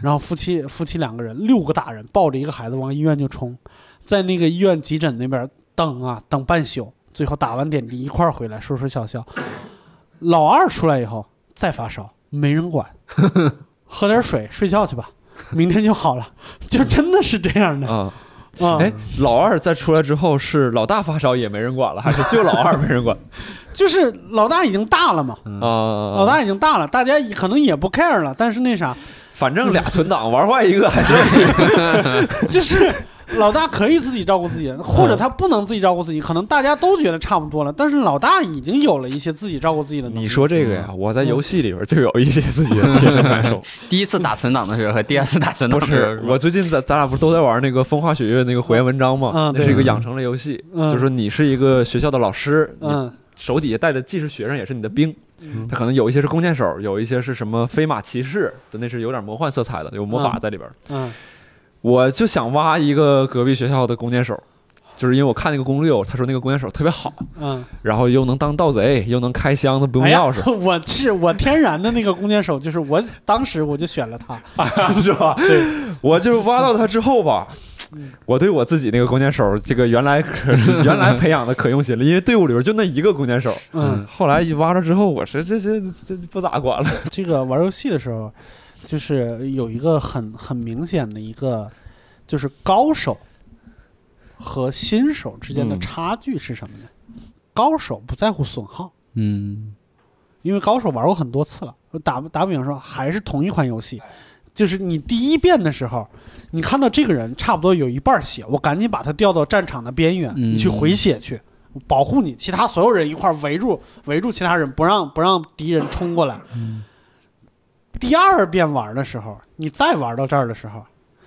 S3: 然后夫妻夫妻两个人，六个大人抱着一个孩子往医院就冲，在那个医院急诊那边等啊等半宿，最后打完点滴一块儿回来，说说笑笑。老二出来以后再发烧，没人 管，喝点水睡觉去吧，明天就好了，就真的是这样的
S4: 啊，
S3: 啊、
S4: 哎，老二再出来之后是老大发烧也没人管了，还是就老二没人管
S3: 就是老大已经大了嘛，
S4: 啊？
S3: 嗯老大已经大了，大家可能也不 care 了，但是那 啥，
S4: 反正俩存档玩坏一个还是
S3: 嗯就是老大可以自己照顾自己，或者他不能自己照顾自己，可能大家都觉得差不多了，但是老大已经有了一些自己照顾自己的能力。
S4: 你说这
S3: 嗯
S4: 个呀，我在游戏里边就有一些自己的亲身感受。
S2: 第一次打存档的时候和第二次打存档
S4: 不
S2: 的时候
S4: 是，我最近咱咱俩不是都在玩那个《风花雪月》那个火焰文章吗？
S3: 嗯
S4: 那是一个养成类游戏，
S3: 嗯
S4: 就是说你是一个学校的老师，你
S3: 嗯
S4: 手底下带的既是学生也是你的兵，他可能有一些是弓箭手，有一些是什么飞马骑士，那是有点魔幻色彩的，有魔法在里边。
S3: 嗯
S4: 我就想挖一个隔壁学校的弓箭手，就是因为我看那个攻略，他说那个弓箭手特别好，
S3: 嗯，
S4: 然后又能当盗贼，又能开箱子不用
S3: 哎呀
S4: 钥匙，
S3: 我是我天然的那个弓箭手，就是我当时我就选了他。
S4: 是吧？对，我就挖到他之后吧
S3: 嗯，
S4: 我对我自己那个弓箭手，这个原 来可原来培养的可用心了，因为队伍里边就那一个弓箭手。
S3: 嗯，
S4: 后来一挖着之后，我说这这这不咋管了。
S3: 这个玩游戏的时候，就是有一个很很明显的一个，就是高手和新手之间的
S4: 嗯
S3: 差距是什么呢？高手不在乎损耗，
S2: 嗯
S3: 因为高手玩过很多次了。我打打比方说，还是同一款游戏，就是你第一遍的时候，你看到这个人差不多有一半血，我赶紧把他调到战场的边缘，
S2: 嗯
S3: 你去回血去，保护你，其他所有人一块儿围住围住其他人，不让不让敌人冲过来。
S2: 嗯
S3: 第二遍玩的时候，你再玩到这儿的时候，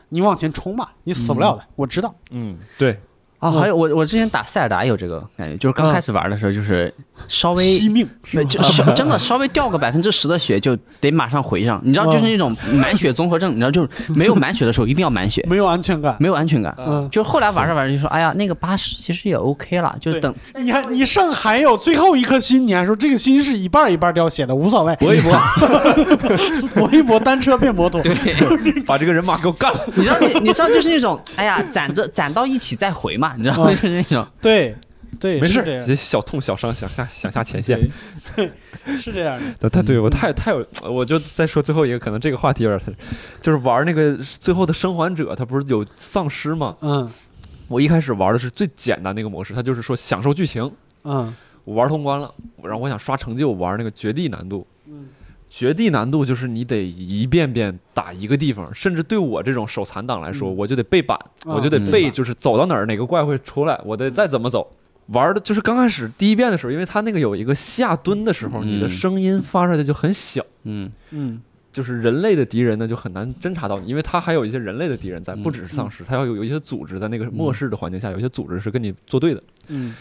S3: 你往前冲吧，你死不了的，我知道。
S4: 嗯，对，
S2: 啊，
S3: 嗯
S2: 还有我我之前打塞尔达有这个感觉，就是刚开始玩的时候，就是稍微
S3: 惜命，
S2: 对， 就稍真的稍微掉个百分之十的血就得马上回上，你知道，就是那种满血综合症，你知道，就是没有满血的时候一定要满 血，
S3: 没有安全感。
S2: 没有安全感。
S3: 嗯，
S2: 就是后来玩着玩着就说，哎呀，那个八十其实也 OK 了，就是
S3: 对
S2: 等
S3: 你还你剩还有最后一颗心，你还说这个心是一半一半掉血的，无所谓，
S4: 搏一搏，
S3: 搏一搏，单车变摩托。
S2: 对，
S4: 把这个人马给我干了。
S2: 你知道你你知道就是那种，哎呀，攒着攒到一起再回嘛，你知道吗，
S3: 嗯
S2: 就是那种，
S3: 对对，
S4: 没
S3: 是
S4: 事
S3: 这，样
S4: 这小痛小伤，想下想下前线。
S3: 是这样的。
S4: 他他对我太太有，我就再说最后一个，可能这个话题有点，就是玩那个最后的生还者，他不是有丧尸吗？
S3: 嗯
S4: 我一开始玩的是最简单那个模式，他就是说享受剧情，
S3: 嗯
S4: 我玩通关了，然后我想刷成就，我玩那个绝地难度。
S3: 嗯
S4: 绝地难度就是你得一遍遍打一个地方，甚至对我这种手残党来说，
S3: 嗯
S4: 我就得背板，我就得
S2: 嗯
S4: 背，就是走到哪儿哪个怪会出来，我得再怎么走。玩的就是刚开始第一遍的时候，因为它那个有一个下蹲的时候，
S2: 嗯
S4: 你的声音发出来的就很小，
S2: 嗯
S3: 嗯
S4: 就是人类的敌人呢就很难侦查到你，因为它还有一些人类的敌人在，
S2: 嗯
S4: 不只是丧尸，它要有有一些组织在那个末世的环境下，有一些组织是跟你作对的。
S3: 嗯，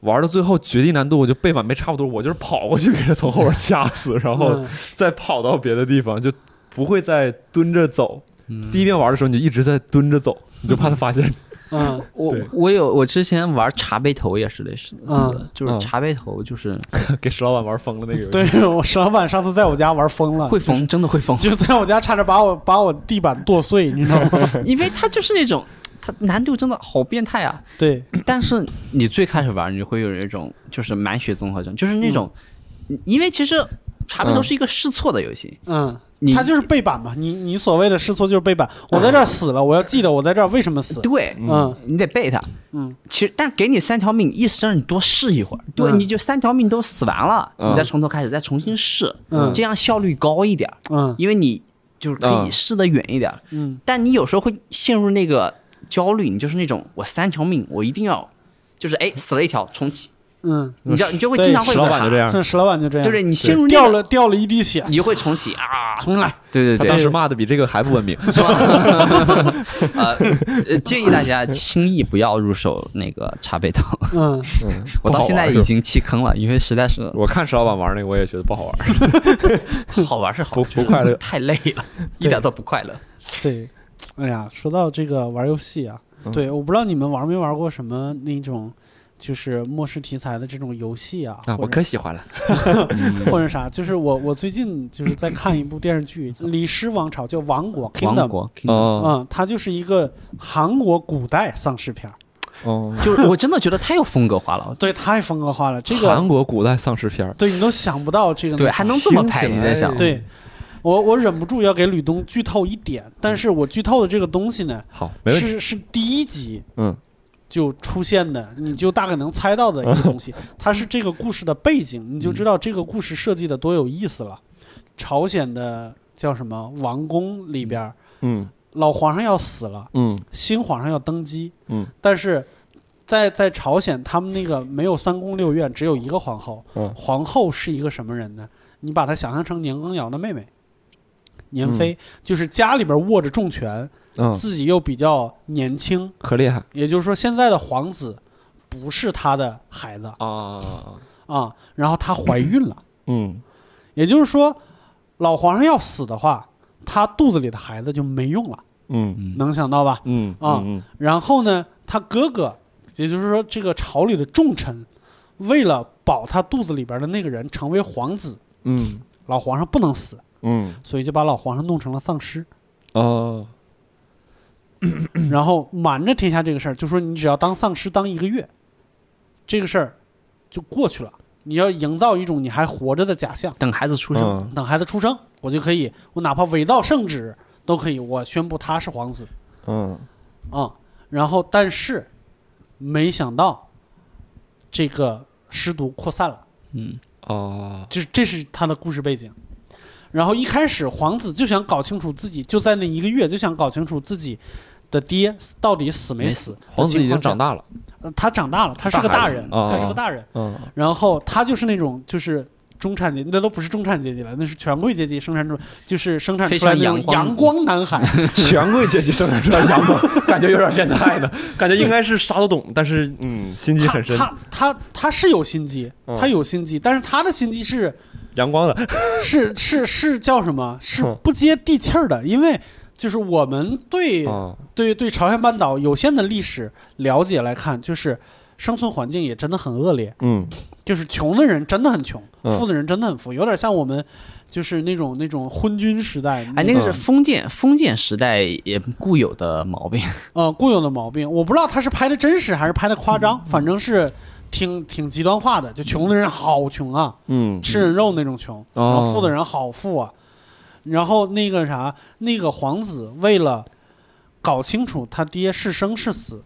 S4: 玩到最后绝地难度，我就背板没差不多，我就是跑过去给他从后边掐死，然后
S3: 嗯
S4: 再跑到别的地方，就不会再蹲着走。
S2: 嗯
S4: 第一遍玩的时候，你就一直在蹲着走，你就怕他发现。
S3: 嗯
S2: 我
S4: 对
S2: 我有我之前玩茶杯头也是类似的
S3: 嗯，
S2: 就是
S4: 嗯
S2: 茶杯头就是
S4: 给石老板玩疯了那个游戏。
S3: 对 我石老板上次在我家玩疯了，
S2: 会疯，真的会疯，
S3: 就在我家差点把我把我地板剁碎，你知道吗？
S2: 因为它就是那种，它难度真的好变态啊！
S3: 对，
S2: 但是你最开始玩，你会有一种就是满血综合症，就是那种，因为其实茶杯头是一个试错的游戏，
S3: 嗯，
S2: 你
S3: 他就是背板嘛，你你所谓的试错就是背板。我在这儿死了，我要记得我在这儿为什么死。
S2: 对，
S3: 嗯
S2: 你得背它。
S3: 嗯
S2: 其实，但给你三条命，意思让你多试一会儿。对，
S3: 嗯
S2: 你就三条命都死完了，
S4: 嗯
S2: 你再从头开始，再重新试，
S3: 嗯
S2: 这样效率高一点，
S3: 嗯
S2: 因为你就是可以
S4: 嗯
S2: 试得远一点。
S3: 嗯
S2: 但你有时候会陷入那个焦虑，你就是那种我三条命，我一定要，就是哎死了一条重启，
S3: 嗯，
S2: 你知道你就会
S3: 对
S2: 经常会
S4: 石老板就这样，
S3: 像石老板就这
S2: 卡，
S3: 样，
S2: 对不对？你陷入那
S3: 掉
S2: 个
S3: 了掉了一滴 血，
S2: 你就会重启啊，
S3: 重来。
S2: 对对
S4: 他
S2: 对，
S4: 当时骂的比这个还不文明。
S2: 是吧？呃，呃建议大家轻易不要入手那个茶杯头，
S3: 嗯，
S2: 我到现在已经弃坑了，因为实在是
S4: 我看石老板玩那个，我也觉得不好玩，
S2: 好玩是好
S4: 不
S2: 玩，
S4: 不快乐。
S2: 太累了，一点都不快乐。
S3: 对，哎呀，说到这个玩游戏啊，
S4: 嗯
S3: 对，我不知道你们玩没玩过什么那种就是末世题材的这种游戏啊，
S4: 啊，
S3: 或
S4: 我
S3: 者
S4: 可喜欢了。
S3: 或者啥，就是我我最近就是在看一部电视 剧《李尸王朝》，叫《王国 Kingdom
S2: 王》。国，
S4: 哦
S3: 嗯，它就是一个韩国古代丧尸片儿，
S4: 哦，
S2: 就是我真的觉得太有风格化了，
S3: 对，太风格化了。这个
S4: 韩国古代丧尸片儿，
S3: 对你都想不到这个
S2: 对，还能这么
S4: 听起
S2: 拍，
S4: 来
S2: 你在想，
S3: 对，我我忍不住要给吕东剧透一点，但是我剧透的这个东西呢，
S4: 好，没问题。
S3: 是是第一集
S4: 嗯
S3: 就出现的，你就大概能猜到的一 个东西，它是这个故事的背景，
S4: 嗯
S3: 你就知道这个故事设计的多有意思了。朝鲜的叫什么王宫里边儿，
S4: 嗯
S3: 老皇上要死了，
S4: 嗯
S3: 新皇上要登基，
S4: 嗯，
S3: 但是。在在朝鲜，他们那个没有三宫六院，只有一个皇后。
S4: 嗯
S3: 皇后是一个什么人呢？你把她想象成年羹尧的妹妹，年妃，就是家里边握着重权，
S4: 嗯，
S3: 自己又比较年轻，
S4: 可厉害
S3: 也就是说，现在的皇子不是她的孩子
S4: 啊！
S3: 啊。然后她怀孕了，
S4: 嗯
S3: 也就是说，老皇上要死的话，她肚子里的孩子就没用了，
S4: 嗯
S2: 嗯
S3: 能想到吧？
S4: 嗯
S3: 啊
S4: 嗯
S3: 然后呢，她哥哥，也就是说这个朝里的重臣，为了保她肚子里边的那个人成为皇子，
S4: 嗯
S3: 老皇上不能死，
S4: 嗯
S3: 所以就把老皇上弄成了丧尸。
S4: 哦
S3: 然后瞒着天下这个事儿，就说你只要当丧尸当一个月，这个事儿就过去了。你要营造一种你还活着的假象，
S2: 等孩子出生，
S4: 嗯
S3: 等孩子出生，我就可以，我哪怕伪造圣旨都可以，我宣布他是皇子
S4: 嗯
S3: 啊、然后，但是没想到这个尸毒扩散了，
S2: 嗯
S4: 哦，
S3: 就是这是他的故事背景。然后一开始皇子就想搞清楚自己，就在那一个月就想搞清楚自己的爹到底死没
S2: 没
S3: 死。
S4: 皇子已经长
S3: 大，
S4: 大了，
S3: 呃他长大了，他是个
S4: 大
S3: 大
S4: 孩子
S3: 人，
S4: 哦
S3: 他是个大人。
S4: 嗯，
S3: 然后他就是那种就是中产阶，那都不是中产阶级了，那是权贵阶级生产出，就是生产出来那种
S2: 非常
S3: 阳
S2: 阳
S3: 光男孩。
S5: 权贵阶级生产出来 阳光，感觉有点变态呢，感觉应该是啥都懂，但是嗯，心机
S3: 他
S5: 很深，
S3: 他他他是有心机，
S5: 嗯
S3: 他有心机，但是他的心机是
S5: 阳光的，
S3: 是是是叫什么？是
S5: 嗯
S3: 不接地气儿的，因为就是我们对
S4: 嗯
S5: 啊
S3: 对对朝鲜半岛有限的历史了解来看，就是生存环境也真的很恶劣，
S5: 嗯
S3: 就是穷的人真的很穷，
S5: 嗯
S3: 富的人真的很富，有点像我们就是那种那种昏君时代，
S2: 哎，那个是封建封建时代也固有的毛病。
S3: 呃固有的毛病，我不知道他是拍的真实还是拍的夸张，反正是挺挺极端化的，就穷的人好穷啊，
S5: 嗯
S3: 吃人肉那种穷，
S4: 哦
S3: 然后富的人好富啊。然后那个啥，那个皇子为了搞清楚他爹是生是死，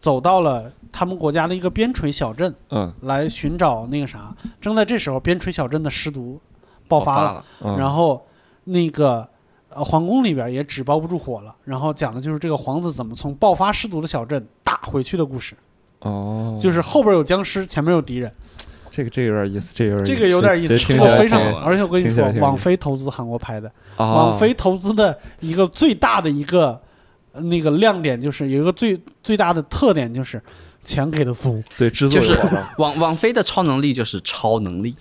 S3: 走到了他们国家的一个边陲小镇
S4: 嗯，
S3: 来寻找那个啥。正在这时候，边陲小镇的尸毒爆发了，
S4: 了，
S5: 嗯
S3: 然后那个呃皇宫里边也纸包不住火了。然后讲的就是这个皇子怎么从爆发尸毒的小镇打回去的故事，
S4: 哦，
S3: 就是后边有僵尸，前面有敌人。
S4: 这个这个有点意思，这个有点
S3: 这个有点意思，这
S4: 听
S3: 个
S4: 起来
S3: 非常
S4: 挺
S3: 好。而且我跟你
S4: 听起
S3: 说
S4: 来，挺有
S3: 网
S4: 意思
S3: 飞投资韩国拍的，
S4: 啊
S3: 网飞投资的一个最大的一个呃那个亮点就是有一个最最大的特点就是钱给的足，
S5: 对制作
S2: 就是
S5: 有保 障，
S2: 网网飞的超能力就是超能力，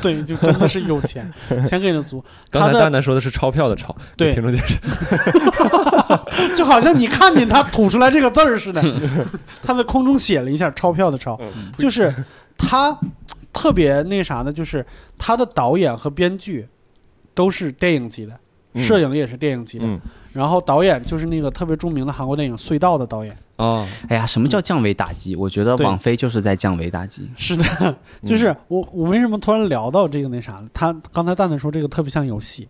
S3: 对，就真的是有钱，钱给的 足。
S4: 刚
S3: 他
S4: 才蛋
S3: 的
S4: 蛋说的是钞票的钞，
S3: 对
S4: 听众解释，
S3: 就好像你看见他吐出来这个字儿似的，他在空中写了一下钞票的钞，就是他特别那啥的，就是他的导演和编剧都是电影级的，
S5: 嗯
S3: 摄影也是电影级的。
S5: 嗯
S3: 然后导演就是那个特别著名的韩国电影《隧道》的导演。
S4: 啊，
S2: 哎呀，什么叫降维打击？我觉得
S3: 嗯对
S2: 网飞就是在降维打击。
S3: 是的，就是我我为什么突然聊到这个那啥了？他刚才蛋蛋说这个特别像游戏，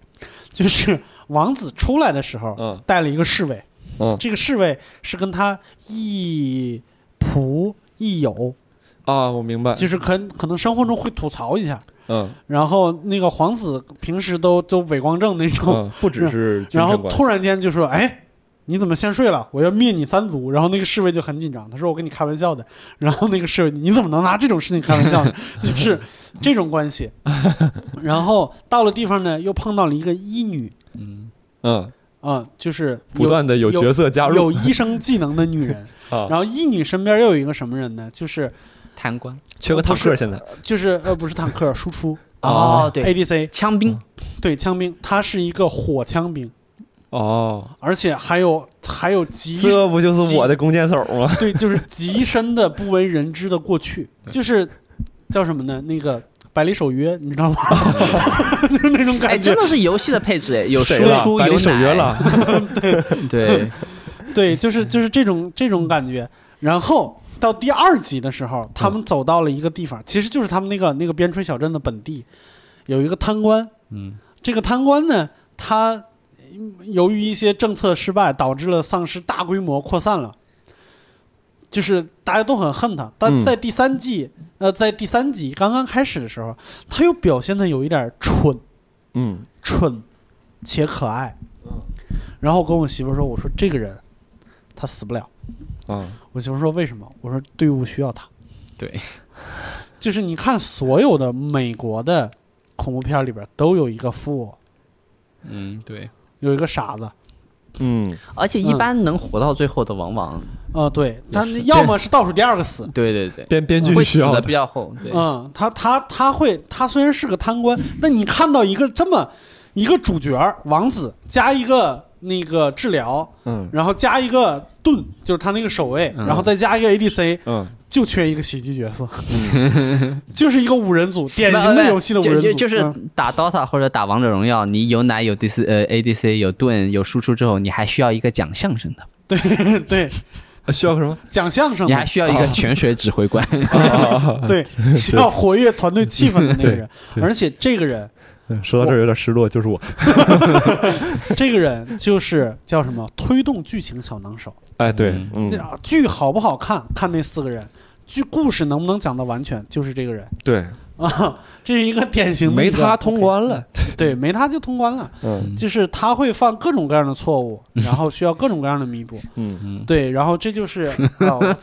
S3: 就是王子出来的时候
S4: 嗯
S3: 带了一个侍卫，
S4: 嗯
S3: 这个侍卫是跟他一仆一友，
S4: 啊，我明白，
S3: 就是可可能生活中会吐槽一下。
S4: 嗯
S3: 然后那个皇子平时都都伪光正那种，
S4: 嗯，不只是精
S3: 然后
S4: 神关系
S3: 突然间就说：“哎，你怎么先睡了？我要灭你三族。”然后那个侍卫就很紧张，他说：“我跟你开玩笑的。”然后那个侍卫，你怎么能拿这种事情开玩 笑呢？就是这种关系。然后到了地方呢，又碰到了一个医女
S2: 嗯，
S4: 嗯，
S3: 啊、就是
S4: 不断的有
S3: 有
S4: 角色加入
S3: 有医生技能的女人。
S4: 啊，
S2: 哦
S3: 然后医女身边又有一个什么人呢？就是
S2: 贪官。
S4: 缺个
S3: 不
S4: 坦
S3: 是
S4: 克现在
S3: 就是呃不是坦克输出
S2: 哦，对，
S3: ADC
S2: 枪兵。
S3: 对枪兵，他是一个火枪兵，
S4: 哦，
S3: 而且还有还有极
S5: 这不就是我的弓箭手 吗？
S3: 对，就是极深的不为人知的过去，就是叫什么呢？那个《百里守约》，你知道吗？ 就是那种
S2: 哎，
S3: 感觉
S2: 真。的是游戏的配置哎，有输
S4: 谁了？
S2: 出
S4: 百
S2: 有
S4: 里守
S2: 奶
S4: 约了，，
S2: 对，
S3: 对，就是就是这种这种感觉。然后到第二集的时候，他们走到了一个地方，其实就是他们那个那个边陲小镇的本地，有一个贪官。
S2: 嗯，
S3: 这个贪官呢，他嗯由于一些政策失败，导致了丧尸大规模扩散了。就是大家都很恨他，但
S5: 嗯
S3: 在第三季，呃，在第三集刚刚开始的时候，他又表现的有一点蠢，
S5: 嗯
S3: 蠢且可爱。
S2: 嗯
S3: 然后我跟我媳妇说：“我说这个人，他死不了。”
S4: 啊，
S3: 我媳妇说为什么？我说队伍需要他。
S2: 对，
S3: 就是你看所有的美国的恐怖片里边都有一个富翁，
S2: 嗯对，
S3: 有一个傻子。
S5: 嗯，
S2: 而且一般能活到最后的，往往
S3: 呃，对，他要么是倒数第二个死。
S2: 对对对，
S4: 编编剧
S2: 会
S4: 需
S2: 死
S4: 要
S2: 的
S4: 的
S2: 比较后，对，
S3: 嗯，他他他会，他虽然是个贪官，那你看到一个这么一个主角儿王子加一个那个治疗，
S5: 嗯
S3: 然后加一个盾，就是他那个守卫，
S2: 嗯
S3: 然后再加一个 ADC，
S5: 嗯
S3: 就缺一个喜剧角色， 就是一个五人组，典
S2: 不
S3: 型的
S2: 不
S3: 游戏的五
S2: 哎就
S3: 人组，
S2: 就就是
S3: 嗯
S2: 打 DOTA 或者打王者荣耀，你有奶有 DC 呃 ADC 有盾有输出之后，你还需要一个讲相声的，
S3: 对嗯对，
S4: 啊需要什么？
S3: 讲相声
S2: 你
S3: 的
S2: 还需要一个泉水指挥官，
S4: 啊
S3: 对，需要活跃团队气氛的那个人，
S4: 对
S3: 而且这个人
S4: 嗯说到这儿有点失落，就是我。
S3: 这个人就是叫什么推动剧情小能手。
S4: 哎，对，
S5: 嗯
S3: 这，啊剧好不好看，看那四个人；剧故事能不能讲得完全，就是这个人
S4: 对，
S3: 啊。这是一个典型的
S4: 没
S3: 一个
S4: 他通关了。
S3: 对，没他就通关了。
S4: 嗯
S3: 就是他会犯各种各样的错误，然后需要各种各样的弥补。
S4: 嗯，
S2: 嗯，
S3: 对，然后这就是、啊、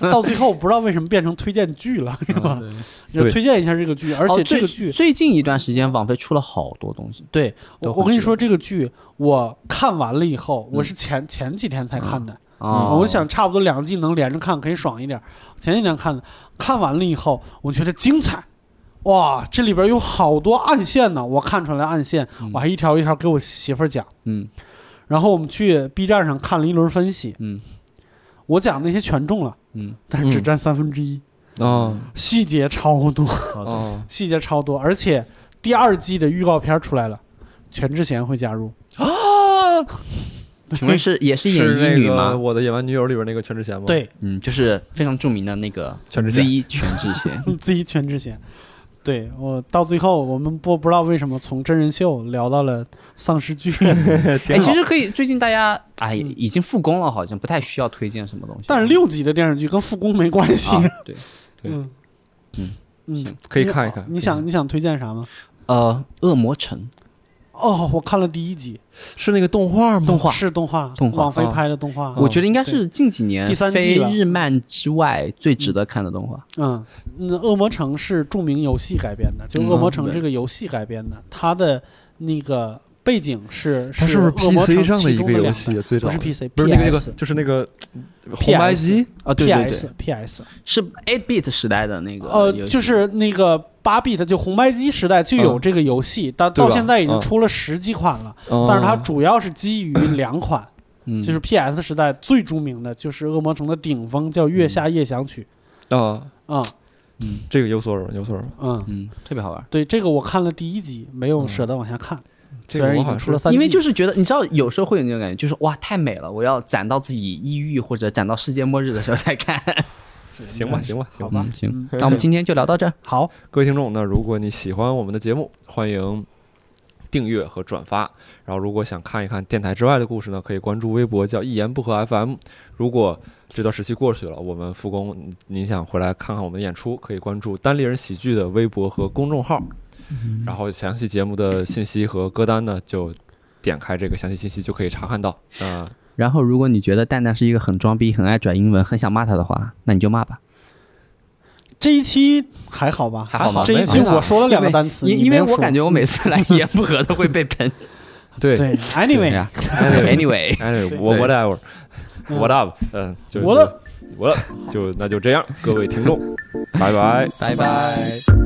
S3: 到最后不知道为什么变成推荐剧了，是吧？就
S4: 对
S3: 推荐一下这个剧， 而且
S2: 哦
S3: 这
S2: 最
S3: 个剧，
S2: 最近一段时间，网飞出了好多东西。
S3: 对我
S2: 都
S3: 我
S2: 很
S3: 跟你
S2: 值
S3: 说，这个剧我看完了以后，我是前、前几天才看的，
S2: 啊、
S3: 嗯我想差不多两季能连着看，可以爽一点。前几天看的，看完了以后，我觉得精彩。哇，这里边有好多暗线呢，我看出来暗线，
S2: 嗯
S3: 我还一条一条给我媳妇儿讲。
S2: 嗯
S3: 然后我们去 B 站上看了一轮分析，
S2: 嗯
S3: 我讲那些全中了，
S2: 嗯，
S3: 但是只
S4: 嗯
S3: 占三分之一，
S4: 哦
S3: 细节超多，
S2: 好的
S4: 哦，
S3: 细节超多，而且第二季的预告片出来了，全智贤会加入，
S2: 请问是也是演
S4: 是
S2: 英
S4: 那
S2: 语
S4: 个《
S2: 吗？
S4: 我的野蛮女友》里边那个全智贤吗？，
S3: 对
S2: 嗯，就是非常著名的那个
S4: 全智
S2: Z
S4: 贤
S2: 全智 贤。
S3: 自己全智贤。对我到最后，我们不不知道为什么从真人秀聊到了丧 尸剧，
S2: 哎，其实可以，最近大家哎
S3: 嗯
S2: 已经复工了，好像不太需要推荐什么东西。
S3: 但是六集的电视剧跟复工没关系。
S2: 啊，对，
S3: 嗯
S2: 嗯
S3: 嗯
S2: 行，
S4: 可以看一看。
S3: 哦你想你想推荐啥吗？
S2: 呃，恶魔城
S3: 哦，我看了第一集，
S4: 是那个动画吗？
S2: 动画，
S3: 是动画，
S2: 动画
S3: 网飞
S4: 啊
S3: 拍的动画。
S2: 我觉得应该是近几年
S3: 哦第三季
S2: 非
S3: 了
S2: 日漫之外最值得看的动画。
S3: 嗯，那《恶魔城》是著名游戏改编的，就《
S2: 嗯
S3: 恶魔城》
S2: 对
S3: 这个游戏改编的，它的那个背景是
S4: 它
S3: 是
S4: 是不是
S3: 恶魔城
S4: PC 上
S3: 其
S4: 一
S3: 中
S4: 个
S3: 的
S4: 游
S3: 两
S4: 戏？啊最早
S3: 不是 PC，
S4: 不是那个那个
S3: PS，
S4: 就是那个红白机
S2: 啊，对对对
S3: PS，PS，
S2: 是8 bit 时代的那个
S3: 呃，
S2: 游戏
S3: 就是那个八 bit 就红白机时代就有
S4: 嗯
S3: 这个游戏，但
S4: 对吧
S3: 到现在已经
S4: 嗯
S3: 出了十几款了，
S4: 哦
S3: 但是它主要是基于两款，
S2: 嗯
S3: 就是 PS 时代最著名的就是恶魔城的顶峰叫《月下夜想曲
S4: 啊，》
S3: 啊，
S2: 嗯
S4: 这个有所耳闻，有所耳闻。
S3: 嗯，
S2: 嗯，特别好玩。
S3: 对，这个我看了第一集，没有舍得往下看，
S4: 嗯这
S3: 虽
S4: 个
S3: 然
S4: 我
S3: 已
S4: 好
S3: 经
S4: 像
S3: 出了三季，
S2: 因为就是觉得，你知道，有时候会有那种感觉，就是哇，太美了，我要攒到自己抑郁或者攒到世界末日的时候再看。
S4: 行吧，行吧，行
S3: 好
S4: 吧。
S3: 吧
S2: 嗯，行，
S3: 嗯
S2: 那我们今天就聊到这儿。
S3: 好，
S4: 各位听众呢，如果你喜欢我们的节目，欢迎订阅和转发。然后，如果想看一看电台之外的故事呢，可以关注微博叫“一言不合 FM”。如果这段时期过去了，我们复工，你你想回来看看我们的演出，可以关注单立人喜剧的微博和公众号。然后，详细节目的信息和歌单呢，就点开这个详细信息就可以查看到。嗯、
S2: 然后，如果你觉得蛋蛋是一个很装逼、很爱转英文、很想骂他的话，那你就骂吧。
S3: 这一期还好吧？
S2: 还好吗
S3: 这一期
S2: 没
S3: 我说了两个单词，
S2: 因
S3: 你
S2: 因为
S3: 没有
S2: 我
S3: 说
S2: 感觉我每次来 一言不合都会被 喷。
S4: 对
S2: 对
S3: 对
S2: 啊
S3: ，anyway，
S2: 呀，anyway，
S4: 哎，我 whatever，what up，嗯、就是
S3: What up
S4: 我就那就这样，各位听众，拜拜。
S2: 拜拜。